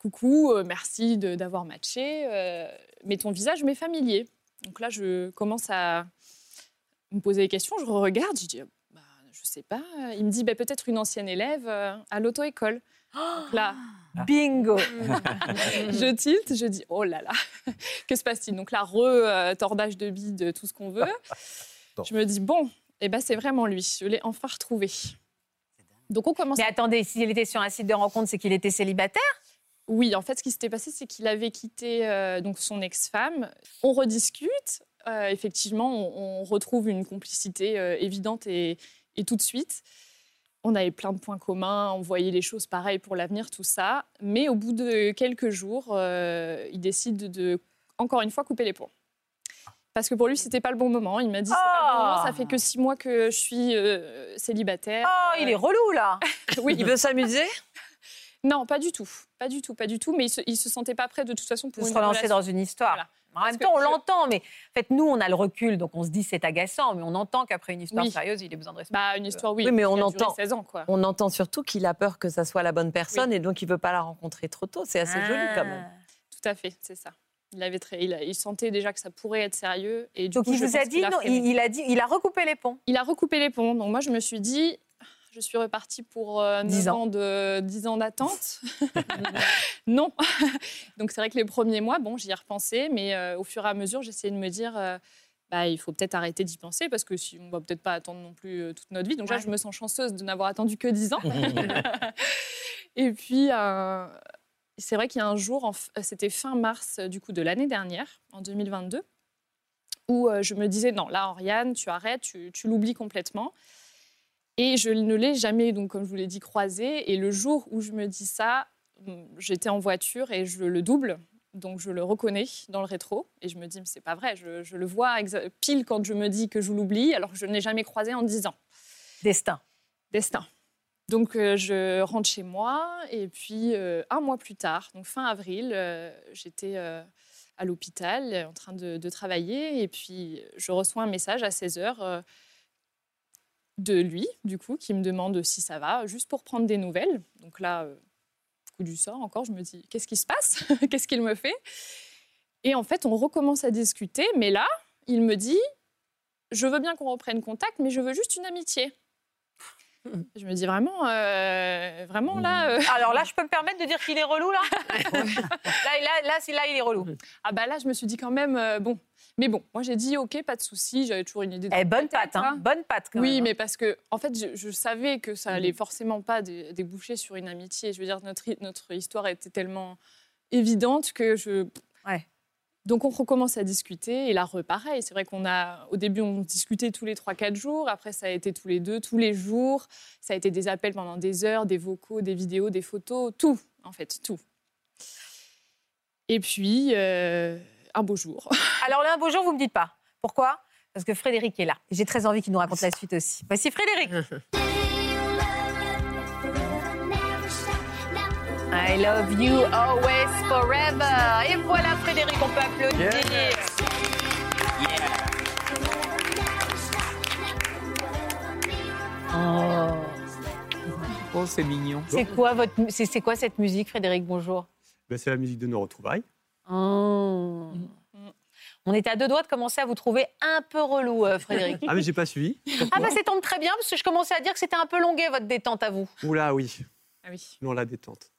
[SPEAKER 2] Coucou, euh, merci de- d'avoir matché, euh, mais ton visage m'est familier. Donc là, je commence à me poser des questions, je regarde, je dis, Ah, bah, je sais pas. Il me dit, bah, peut-être une ancienne élève euh, à l'auto-école. Donc là,
[SPEAKER 1] bingo
[SPEAKER 2] Je tilte, je dis, oh là là, que se passe-t-il Donc là, re-tordage de bide, tout ce qu'on veut. Je me dis, bon, eh ben, c'est vraiment lui, je l'ai enfin retrouvé. Donc on commence.
[SPEAKER 1] Mais attendez, s'il était sur un site de rencontre, c'est qu'il était célibataire
[SPEAKER 2] Oui, en fait, ce qui s'était passé, c'est qu'il avait quitté euh, donc son ex-femme. On rediscute. euh, effectivement, on, on retrouve une complicité euh, évidente et, et tout de suite. On avait plein de points communs, on voyait les choses pareilles pour l'avenir, tout ça. Mais au bout de quelques jours, euh, il décide de, encore une fois, couper les ponts. Parce que pour lui, c'était pas le bon moment. Il m'a dit, c'est pas le bon moment, ça fait que six mois que je suis euh, célibataire.
[SPEAKER 1] Oh, il est Ah, relou là
[SPEAKER 2] Oui,
[SPEAKER 7] Il veut s'amuser
[SPEAKER 2] Non, pas du tout. Pas du tout, pas du tout. Mais il se, il se sentait pas prêt de toute façon pour
[SPEAKER 1] de se
[SPEAKER 2] une
[SPEAKER 1] relancer
[SPEAKER 2] relation.
[SPEAKER 1] dans une histoire. En même
[SPEAKER 2] que
[SPEAKER 1] temps, on
[SPEAKER 2] je-
[SPEAKER 1] l'entend, mais en fait, nous, on a le recul, donc on se dit c'est agaçant, mais on entend qu'après une histoire
[SPEAKER 2] Oui.
[SPEAKER 1] sérieuse, il a besoin de respect.
[SPEAKER 2] Bah, une histoire, oui.
[SPEAKER 7] Oui, mais
[SPEAKER 2] qui
[SPEAKER 7] on
[SPEAKER 2] a duré
[SPEAKER 7] entend.
[SPEAKER 2] 16 ans, quoi.
[SPEAKER 7] On entend surtout qu'il a peur que ça soit la bonne personne et donc il veut pas la rencontrer trop tôt. C'est assez joli quand même.
[SPEAKER 1] Ah.
[SPEAKER 2] Tout à fait, c'est ça. Il, avait très, il, a- il sentait déjà que ça pourrait être sérieux. Et du
[SPEAKER 1] Donc
[SPEAKER 2] coup,
[SPEAKER 1] il
[SPEAKER 2] je
[SPEAKER 1] vous a
[SPEAKER 2] pense
[SPEAKER 1] dit
[SPEAKER 2] qu'il
[SPEAKER 1] non,
[SPEAKER 2] freiné.
[SPEAKER 1] il, il a dit, il a recoupé les ponts.
[SPEAKER 2] Il a recoupé les ponts. Donc moi, je me suis dit, je suis repartie pour euh,
[SPEAKER 1] 10
[SPEAKER 2] 9
[SPEAKER 1] ans.
[SPEAKER 2] ans, de, 10 ans d'attente. non. Donc c'est vrai que les premiers mois, bon, j'y ai repensé, mais euh, au fur et à mesure, j'essayais de me dire, euh, bah, il faut peut-être arrêter d'y penser parce que si, on va peut-être pas attendre non plus euh, toute notre vie. Donc là,
[SPEAKER 1] Ouais.
[SPEAKER 2] je me sens chanceuse de n'avoir attendu que 10 ans. et puis, euh, c'est vrai qu'il y a un jour, en f- c'était fin mars euh, du coup de l'année dernière, en 2022, où euh, je me disais non, là, Oriane, tu arrêtes, tu, tu l'oublies complètement. Et je ne l'ai jamais, donc comme je vous l'ai dit, croisé. Et le jour où je me dis ça, hum, j'étais en voiture et je le double. Donc je le reconnais dans le rétro et je me dis mais c'est pas vrai, je, je le vois exa- pile quand je me dis que je l'oublie alors que je ne l'ai jamais croisé en 10 ans
[SPEAKER 1] Destin.
[SPEAKER 2] destin. Donc euh, je rentre chez moi et puis euh, un mois plus tard, donc fin avril, euh, j'étais euh, à l'hôpital euh, en train de, de travailler et puis je reçois un message à 16h de lui, du coup, qui me demande si ça va, juste pour prendre des nouvelles. Donc là, euh, coup du sort encore, je me dis, qu'est-ce qui se passe Qu'est-ce qu'il me fait Et en fait, on recommence à discuter, mais là, il me dit, je veux bien qu'on reprenne contact, mais je veux juste une amitié. Je me dis vraiment, euh, vraiment là. euh,
[SPEAKER 1] Alors là, je peux me permettre de dire qu'il est relou là. là, là, là, c'est- là, il est relou.
[SPEAKER 2] ah bah là, je me suis dit quand même, euh, bon. Mais bon, moi j'ai dit, ok, pas de souci, j'avais toujours une idée. dans ma
[SPEAKER 1] Eh, bonne
[SPEAKER 2] tête,
[SPEAKER 1] patte, hein,
[SPEAKER 2] hein.
[SPEAKER 1] bonne patte. Quand
[SPEAKER 2] Oui,
[SPEAKER 1] même, hein. Mm.
[SPEAKER 2] mais parce que, en fait, je, je savais que ça allait forcément pas dé- déboucher sur une amitié. Je veux dire, notre, hi- notre histoire était tellement évidente que je.
[SPEAKER 1] Ouais.
[SPEAKER 2] Donc, on recommence à discuter. Et là, repareil. C'est vrai qu'on a. Au début, on discutait tous les 3-4 jours. Après, ça a été tous les deux, tous les jours. Ça a été des appels pendant des heures, des vocaux, des vidéos, des photos, tout, en fait, tout. Et puis, euh, un beau jour.
[SPEAKER 1] Alors là, un beau jour, vous me dites pas. Pourquoi Parce que Frédéric est là. J'ai très envie qu'il nous raconte la suite aussi. Voici Frédéric.
[SPEAKER 4] Ah.
[SPEAKER 1] I love you always forever. Et voilà Frédéric, on peut applaudir. Oh.
[SPEAKER 3] Oh, c'est mignon.
[SPEAKER 12] Ah,
[SPEAKER 1] C'est quoi votre mu- c'est c'est quoi cette musique Frédéric Bonjour.
[SPEAKER 12] Ben, c'est la musique de nos retrouvailles.
[SPEAKER 1] Oh. On était à deux doigts de commencer à vous trouver un peu relou euh, Frédéric.
[SPEAKER 12] Ah, mais j'ai pas suivi.
[SPEAKER 1] Ah bah ça tombe très bien parce que je commençais à dire que c'était un peu longué votre détente à vous.
[SPEAKER 12] Oula, oui.
[SPEAKER 2] Ah oui.
[SPEAKER 12] Nous, on la détente.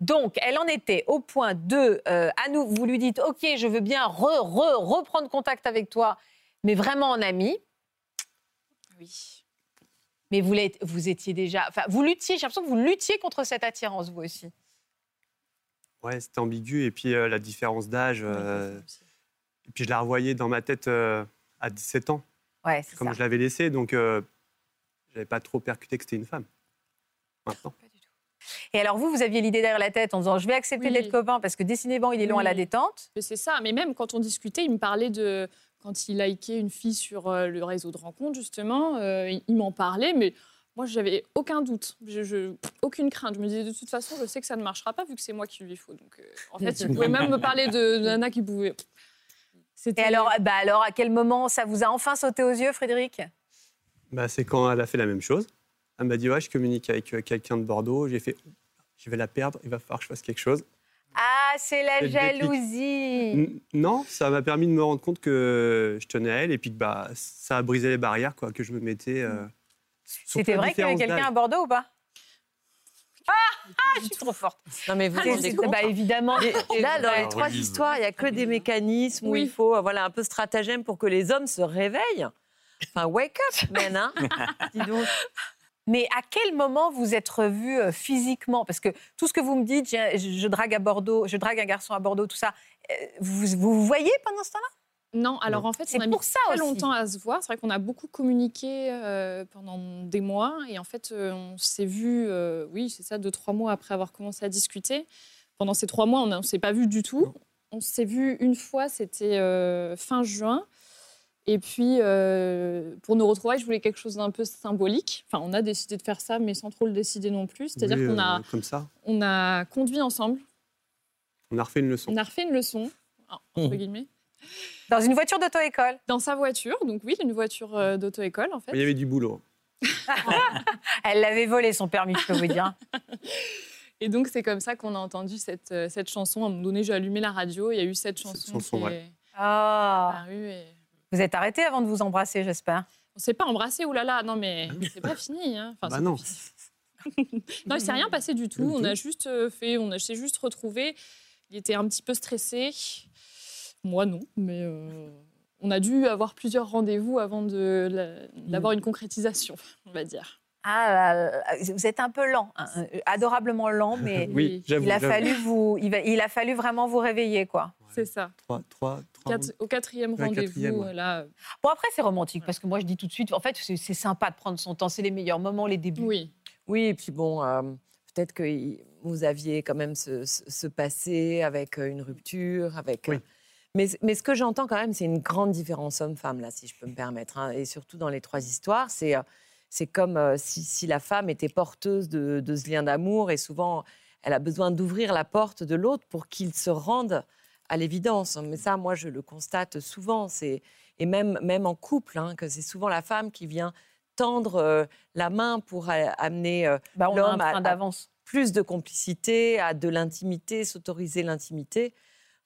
[SPEAKER 1] Donc, elle en était au point de, euh, à nous, vous lui dites, OK, je veux bien re- re- reprendre contact avec toi, mais vraiment en ami.
[SPEAKER 2] Oui.
[SPEAKER 1] Mais vous, l'êtes- vous étiez déjà, enfin, vous luttiez, j'ai l'impression que vous luttiez contre cette attirance, vous aussi.
[SPEAKER 12] Ouais, c'était ambigu. Et puis, euh, la différence d'âge. euh, Et puis, je la revoyais dans ma tête euh, à 17 ans,
[SPEAKER 1] Ouais, c'est
[SPEAKER 12] comme
[SPEAKER 1] ça.
[SPEAKER 12] je l'avais laissée. Donc, euh, j'avais pas trop percuté que c'était une femme. Maintenant.
[SPEAKER 1] Et alors, vous, vous aviez l'idée derrière la tête en disant, je vais accepter
[SPEAKER 2] Oui.
[SPEAKER 1] d'être copain parce que décidément, il est long à la
[SPEAKER 2] Oui.
[SPEAKER 1] détente.
[SPEAKER 2] Mais c'est ça. Mais même quand on discutait, il me parlait de quand il likait une fille sur euh, le réseau de rencontres, justement, euh, il- il m'en parlait, mais moi, j'avais aucun doute, je, je- aucune crainte. Je me disais, de toute façon, je sais que ça ne marchera pas vu que c'est moi qui lui faut. Donc, euh, en fait, il pouvait même me parler de Nana qui pouvait.
[SPEAKER 1] Et
[SPEAKER 2] C'était
[SPEAKER 1] alors, bah alors, à quel moment ça vous a enfin sauté aux yeux, Frédéric
[SPEAKER 12] Bah, c'est quand elle a fait la même chose. Elle m'a dit Ouais, je communique avec euh, quelqu'un de Bordeaux. J'ai fait Je vais la perdre, il va falloir que je fasse quelque chose.
[SPEAKER 1] Ah, c'est la
[SPEAKER 12] Le déclic.
[SPEAKER 1] jalousie.
[SPEAKER 12] N- Non, ça m'a permis de me rendre compte que je tenais à elle et puis que bah, ça a brisé les barrières quoi, que je me mettais. euh, surtout
[SPEAKER 1] C'était
[SPEAKER 12] la
[SPEAKER 1] vrai qu'il y avait
[SPEAKER 12] différence
[SPEAKER 1] quelqu'un à
[SPEAKER 12] d'âge.
[SPEAKER 1] Bordeaux ou pas ah, ah, je suis trop forte.
[SPEAKER 7] Non mais vous vous
[SPEAKER 1] C'est-
[SPEAKER 7] rendez
[SPEAKER 1] c'est-
[SPEAKER 7] compte
[SPEAKER 1] bah, évidemment.
[SPEAKER 7] Et là, dans les
[SPEAKER 5] Ah,
[SPEAKER 7] trois
[SPEAKER 5] oui.
[SPEAKER 7] histoires, il n'y a que des mécanismes où
[SPEAKER 2] Oui.
[SPEAKER 7] il faut euh, voilà, un peu stratagème pour que les hommes se réveillent. Enfin, wake up, man, hein Dis donc.
[SPEAKER 1] Mais à quel moment vous êtes revus euh, physiquement Parce que tout ce que vous me dites, j'ai- je, je drague à Bordeaux, je drague un garçon à Bordeaux, tout ça. euh, Vous vous vous voyez pendant ce temps-là
[SPEAKER 2] Non, alors en fait,
[SPEAKER 1] C'est
[SPEAKER 2] on a mis
[SPEAKER 1] pour ça
[SPEAKER 2] très
[SPEAKER 1] aussi.
[SPEAKER 2] longtemps à se voir. C'est vrai qu'on a beaucoup communiqué euh, pendant des mois. Et en fait, euh, on s'est vu, euh, oui, c'est ça, deux, trois mois après avoir commencé à discuter. Pendant ces trois mois, on ne s'est pas vu du tout. On s'est vu une fois, c'était euh, fin juin. Et puis, euh, pour nos retrouvailles, je voulais quelque chose d'un peu symbolique. Enfin, on a décidé de faire ça, mais sans trop le décider non plus. C'est-à-dire
[SPEAKER 12] Oui,
[SPEAKER 2] qu'on a,
[SPEAKER 12] euh, Comme ça,
[SPEAKER 2] on a conduit ensemble,
[SPEAKER 12] on a refait une leçon.
[SPEAKER 2] on a refait une leçon, entre
[SPEAKER 12] Mhm.
[SPEAKER 2] guillemets.
[SPEAKER 1] Dans une voiture d'auto-école
[SPEAKER 2] Dans sa voiture, donc oui, une voiture euh, d'auto-école, en fait.
[SPEAKER 12] Il y avait du boulot. hein.
[SPEAKER 1] Elle l'avait volé, son permis, je peux vous dire.
[SPEAKER 2] Et donc, c'est comme ça qu'on a entendu cette, euh, cette chanson. À un moment donné, j'ai allumé la radio, il y a eu cette chanson.
[SPEAKER 12] chanson,
[SPEAKER 2] qui
[SPEAKER 12] ouais.
[SPEAKER 2] est
[SPEAKER 1] Ah
[SPEAKER 2] apparue et-
[SPEAKER 1] Vous êtes arrêté avant de vous embrasser, j'espère.
[SPEAKER 2] On s'est pas embrassé, oulala, non mais c'est pas fini. hein. Enfin, c'est-
[SPEAKER 12] Ah Bah non.
[SPEAKER 2] non, il s'est rien passé du tout.
[SPEAKER 12] Pas du
[SPEAKER 2] On a
[SPEAKER 12] tout.
[SPEAKER 2] juste euh, fait, on a- s'est juste retrouvé. Il était un petit peu stressé. Moi non, mais euh, on a dû avoir plusieurs rendez-vous avant de la-
[SPEAKER 12] Mm.
[SPEAKER 2] d'avoir une concrétisation, on va dire.
[SPEAKER 1] Ah, là, là, vous êtes un peu lent, hein, euh, adorablement lent, mais
[SPEAKER 12] Oui, j'avoue,
[SPEAKER 1] il a
[SPEAKER 12] j'avoue.
[SPEAKER 1] fallu vous, il, va- il a fallu vraiment vous réveiller, quoi.
[SPEAKER 2] C'est ça.
[SPEAKER 12] Trois, trois, trois.
[SPEAKER 2] Quatre- au quatrième
[SPEAKER 12] Ouais, quatrième,
[SPEAKER 2] rendez-vous,
[SPEAKER 12] ouais.
[SPEAKER 2] là.
[SPEAKER 1] Bon après c'est romantique parce que moi je dis tout de suite, en fait c'est c'est sympa de prendre son temps, c'est les meilleurs moments, les débuts.
[SPEAKER 2] Oui.
[SPEAKER 7] Oui, et puis bon, euh, peut-être que y- vous aviez quand même ce, ce- ce passé avec euh, une rupture, avec. euh, mais, mais ce que j'entends quand même, c'est une grande différence homme-femme, là, si je peux me permettre. hein. Et surtout dans les trois histoires, c'est. euh, c'est comme euh, si, si la femme était porteuse de, de ce lien d'amour et souvent elle a besoin d'ouvrir la porte de l'autre pour qu'il se rende à l'évidence. Mais ça, moi, je le constate souvent. C'est et même même en couple, hein, que c'est souvent la femme qui vient tendre euh, la main pour euh, amener euh,
[SPEAKER 1] Bah, on a
[SPEAKER 7] l'homme
[SPEAKER 1] un
[SPEAKER 7] à,
[SPEAKER 1] train
[SPEAKER 7] à
[SPEAKER 1] d'avance.
[SPEAKER 7] plus de complicité, à de l'intimité, s'autoriser l'intimité.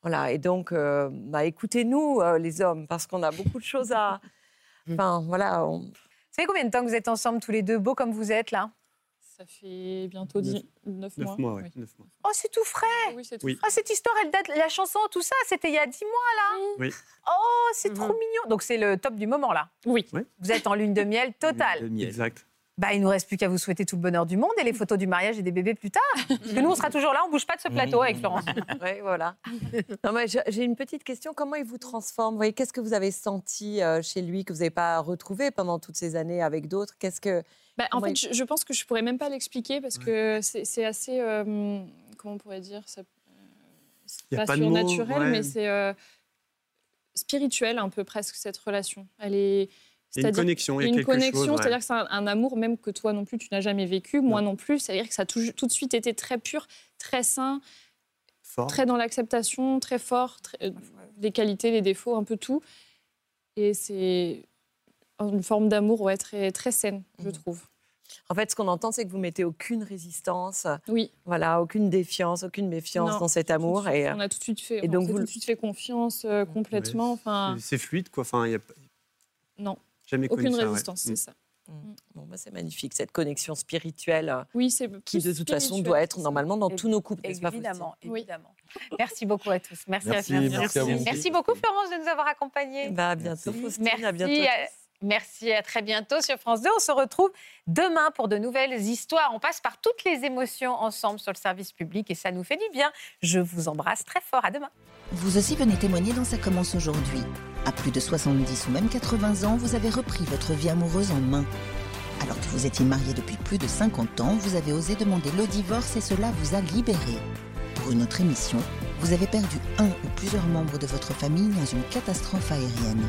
[SPEAKER 7] Voilà. Et donc, euh, bah, écoutez-nous, euh, les hommes, parce qu'on a beaucoup de choses à. Mm. Enfin, voilà. on-
[SPEAKER 1] Vous savez combien de temps que vous êtes ensemble tous les deux, beaux comme vous êtes là
[SPEAKER 2] Ça fait bientôt dix-
[SPEAKER 12] Neuf
[SPEAKER 2] neuf, mois.
[SPEAKER 12] mois, ouais,
[SPEAKER 2] oui.
[SPEAKER 12] neuf mois.
[SPEAKER 1] Oh c'est tout frais.
[SPEAKER 2] Oui, c'est tout.
[SPEAKER 12] Oui.
[SPEAKER 1] Ah cette histoire, elle date, la chanson, tout ça, c'était il y a dix mois là.
[SPEAKER 12] Oui.
[SPEAKER 1] Oh c'est trop mignon. Donc c'est le top du moment là.
[SPEAKER 2] Oui.
[SPEAKER 12] Ouais.
[SPEAKER 1] Vous êtes en lune de miel totale.
[SPEAKER 12] Exact.
[SPEAKER 1] Bah il nous reste plus qu'à vous souhaiter tout le bonheur du monde et les photos du mariage et des bébés plus tard. Parce que nous on sera toujours là, on bouge pas de ce plateau avec Florence.
[SPEAKER 7] Oui, voilà. Non, mais je- j'ai une petite question. Comment il vous transforme Vous voyez, Qu'est-ce que vous avez senti euh, chez lui que vous n'avez pas retrouvé pendant toutes ces années avec d'autres Qu'est-ce que
[SPEAKER 2] Bah, en
[SPEAKER 7] Moi,
[SPEAKER 2] fait, je, je pense que je pourrais même pas l'expliquer parce que c'est c'est assez. euh, comment on pourrait dire ça, euh,
[SPEAKER 12] Y a
[SPEAKER 2] C'est pas,
[SPEAKER 12] pas de mots,
[SPEAKER 2] surnaturel,
[SPEAKER 12] ouais.
[SPEAKER 2] mais c'est euh, spirituel un peu presque cette relation. Elle est.
[SPEAKER 12] Il y a une
[SPEAKER 2] c'est-à-dire-
[SPEAKER 12] connexion, il y a
[SPEAKER 2] une
[SPEAKER 12] quelque
[SPEAKER 2] connexion,
[SPEAKER 12] chose. ouais.
[SPEAKER 2] c'est-à-dire que c'est un, un amour même que toi non plus tu n'as jamais vécu, moi non, plus. C'est-à-dire que ça a tout, tout de suite été très pur, très sain,
[SPEAKER 12] Fort.
[SPEAKER 2] très dans l'acceptation, très fort, très- euh, les qualités, les défauts, un peu tout. Et c'est une forme d'amour ouais, très, très saine, je trouve.
[SPEAKER 7] Mhm. En fait, ce qu'on entend, c'est que vous mettez aucune résistance,
[SPEAKER 2] Oui.
[SPEAKER 7] voilà, aucune défiance, aucune méfiance
[SPEAKER 2] Non,
[SPEAKER 7] dans cet amour. Et, euh,
[SPEAKER 2] on a tout de suite fait,
[SPEAKER 7] et donc
[SPEAKER 2] on s'est
[SPEAKER 7] vous
[SPEAKER 2] tout
[SPEAKER 7] le-
[SPEAKER 2] de suite fait confiance euh, complètement.
[SPEAKER 7] Ah.
[SPEAKER 2] Enfin,
[SPEAKER 12] C'est fluide, quoi. Enfin, il n'y a p-
[SPEAKER 2] non,
[SPEAKER 12] jamais connu
[SPEAKER 2] aucune
[SPEAKER 12] ça, ouais.
[SPEAKER 2] résistance,
[SPEAKER 12] Mm.
[SPEAKER 2] c'est ça.
[SPEAKER 7] bon, bah, c'est magnifique cette connexion spirituelle euh,
[SPEAKER 2] Oui, c'est
[SPEAKER 7] qui, de toute façon, doit être normalement dans
[SPEAKER 1] Et-
[SPEAKER 7] tous nos couples. n'est-ce pas,
[SPEAKER 1] Évidemment,
[SPEAKER 7] Faustine
[SPEAKER 1] évidemment. Merci beaucoup à tous. Merci,
[SPEAKER 5] Merci,
[SPEAKER 1] à tous.
[SPEAKER 5] merci à vous.
[SPEAKER 1] Merci beaucoup Florence de nous avoir accompagnés.
[SPEAKER 7] Bah, à bientôt, Faustine, à bientôt.
[SPEAKER 1] Merci.
[SPEAKER 7] à
[SPEAKER 1] à- Merci, à très bientôt sur France 2. On se retrouve demain pour de nouvelles histoires. On passe par toutes les émotions ensemble sur le service public et ça nous fait du bien. Je vous embrasse très fort. À demain.
[SPEAKER 9] Vous aussi venez témoigner dans Ça commence aujourd'hui. À plus de 70 ou même 80 ans, vous avez repris votre vie amoureuse en main. Alors que vous étiez marié depuis plus de 50 ans, vous avez osé demander le divorce et cela vous a libéré. Pour une autre émission, vous avez perdu un ou plusieurs membres de votre famille dans une catastrophe aérienne.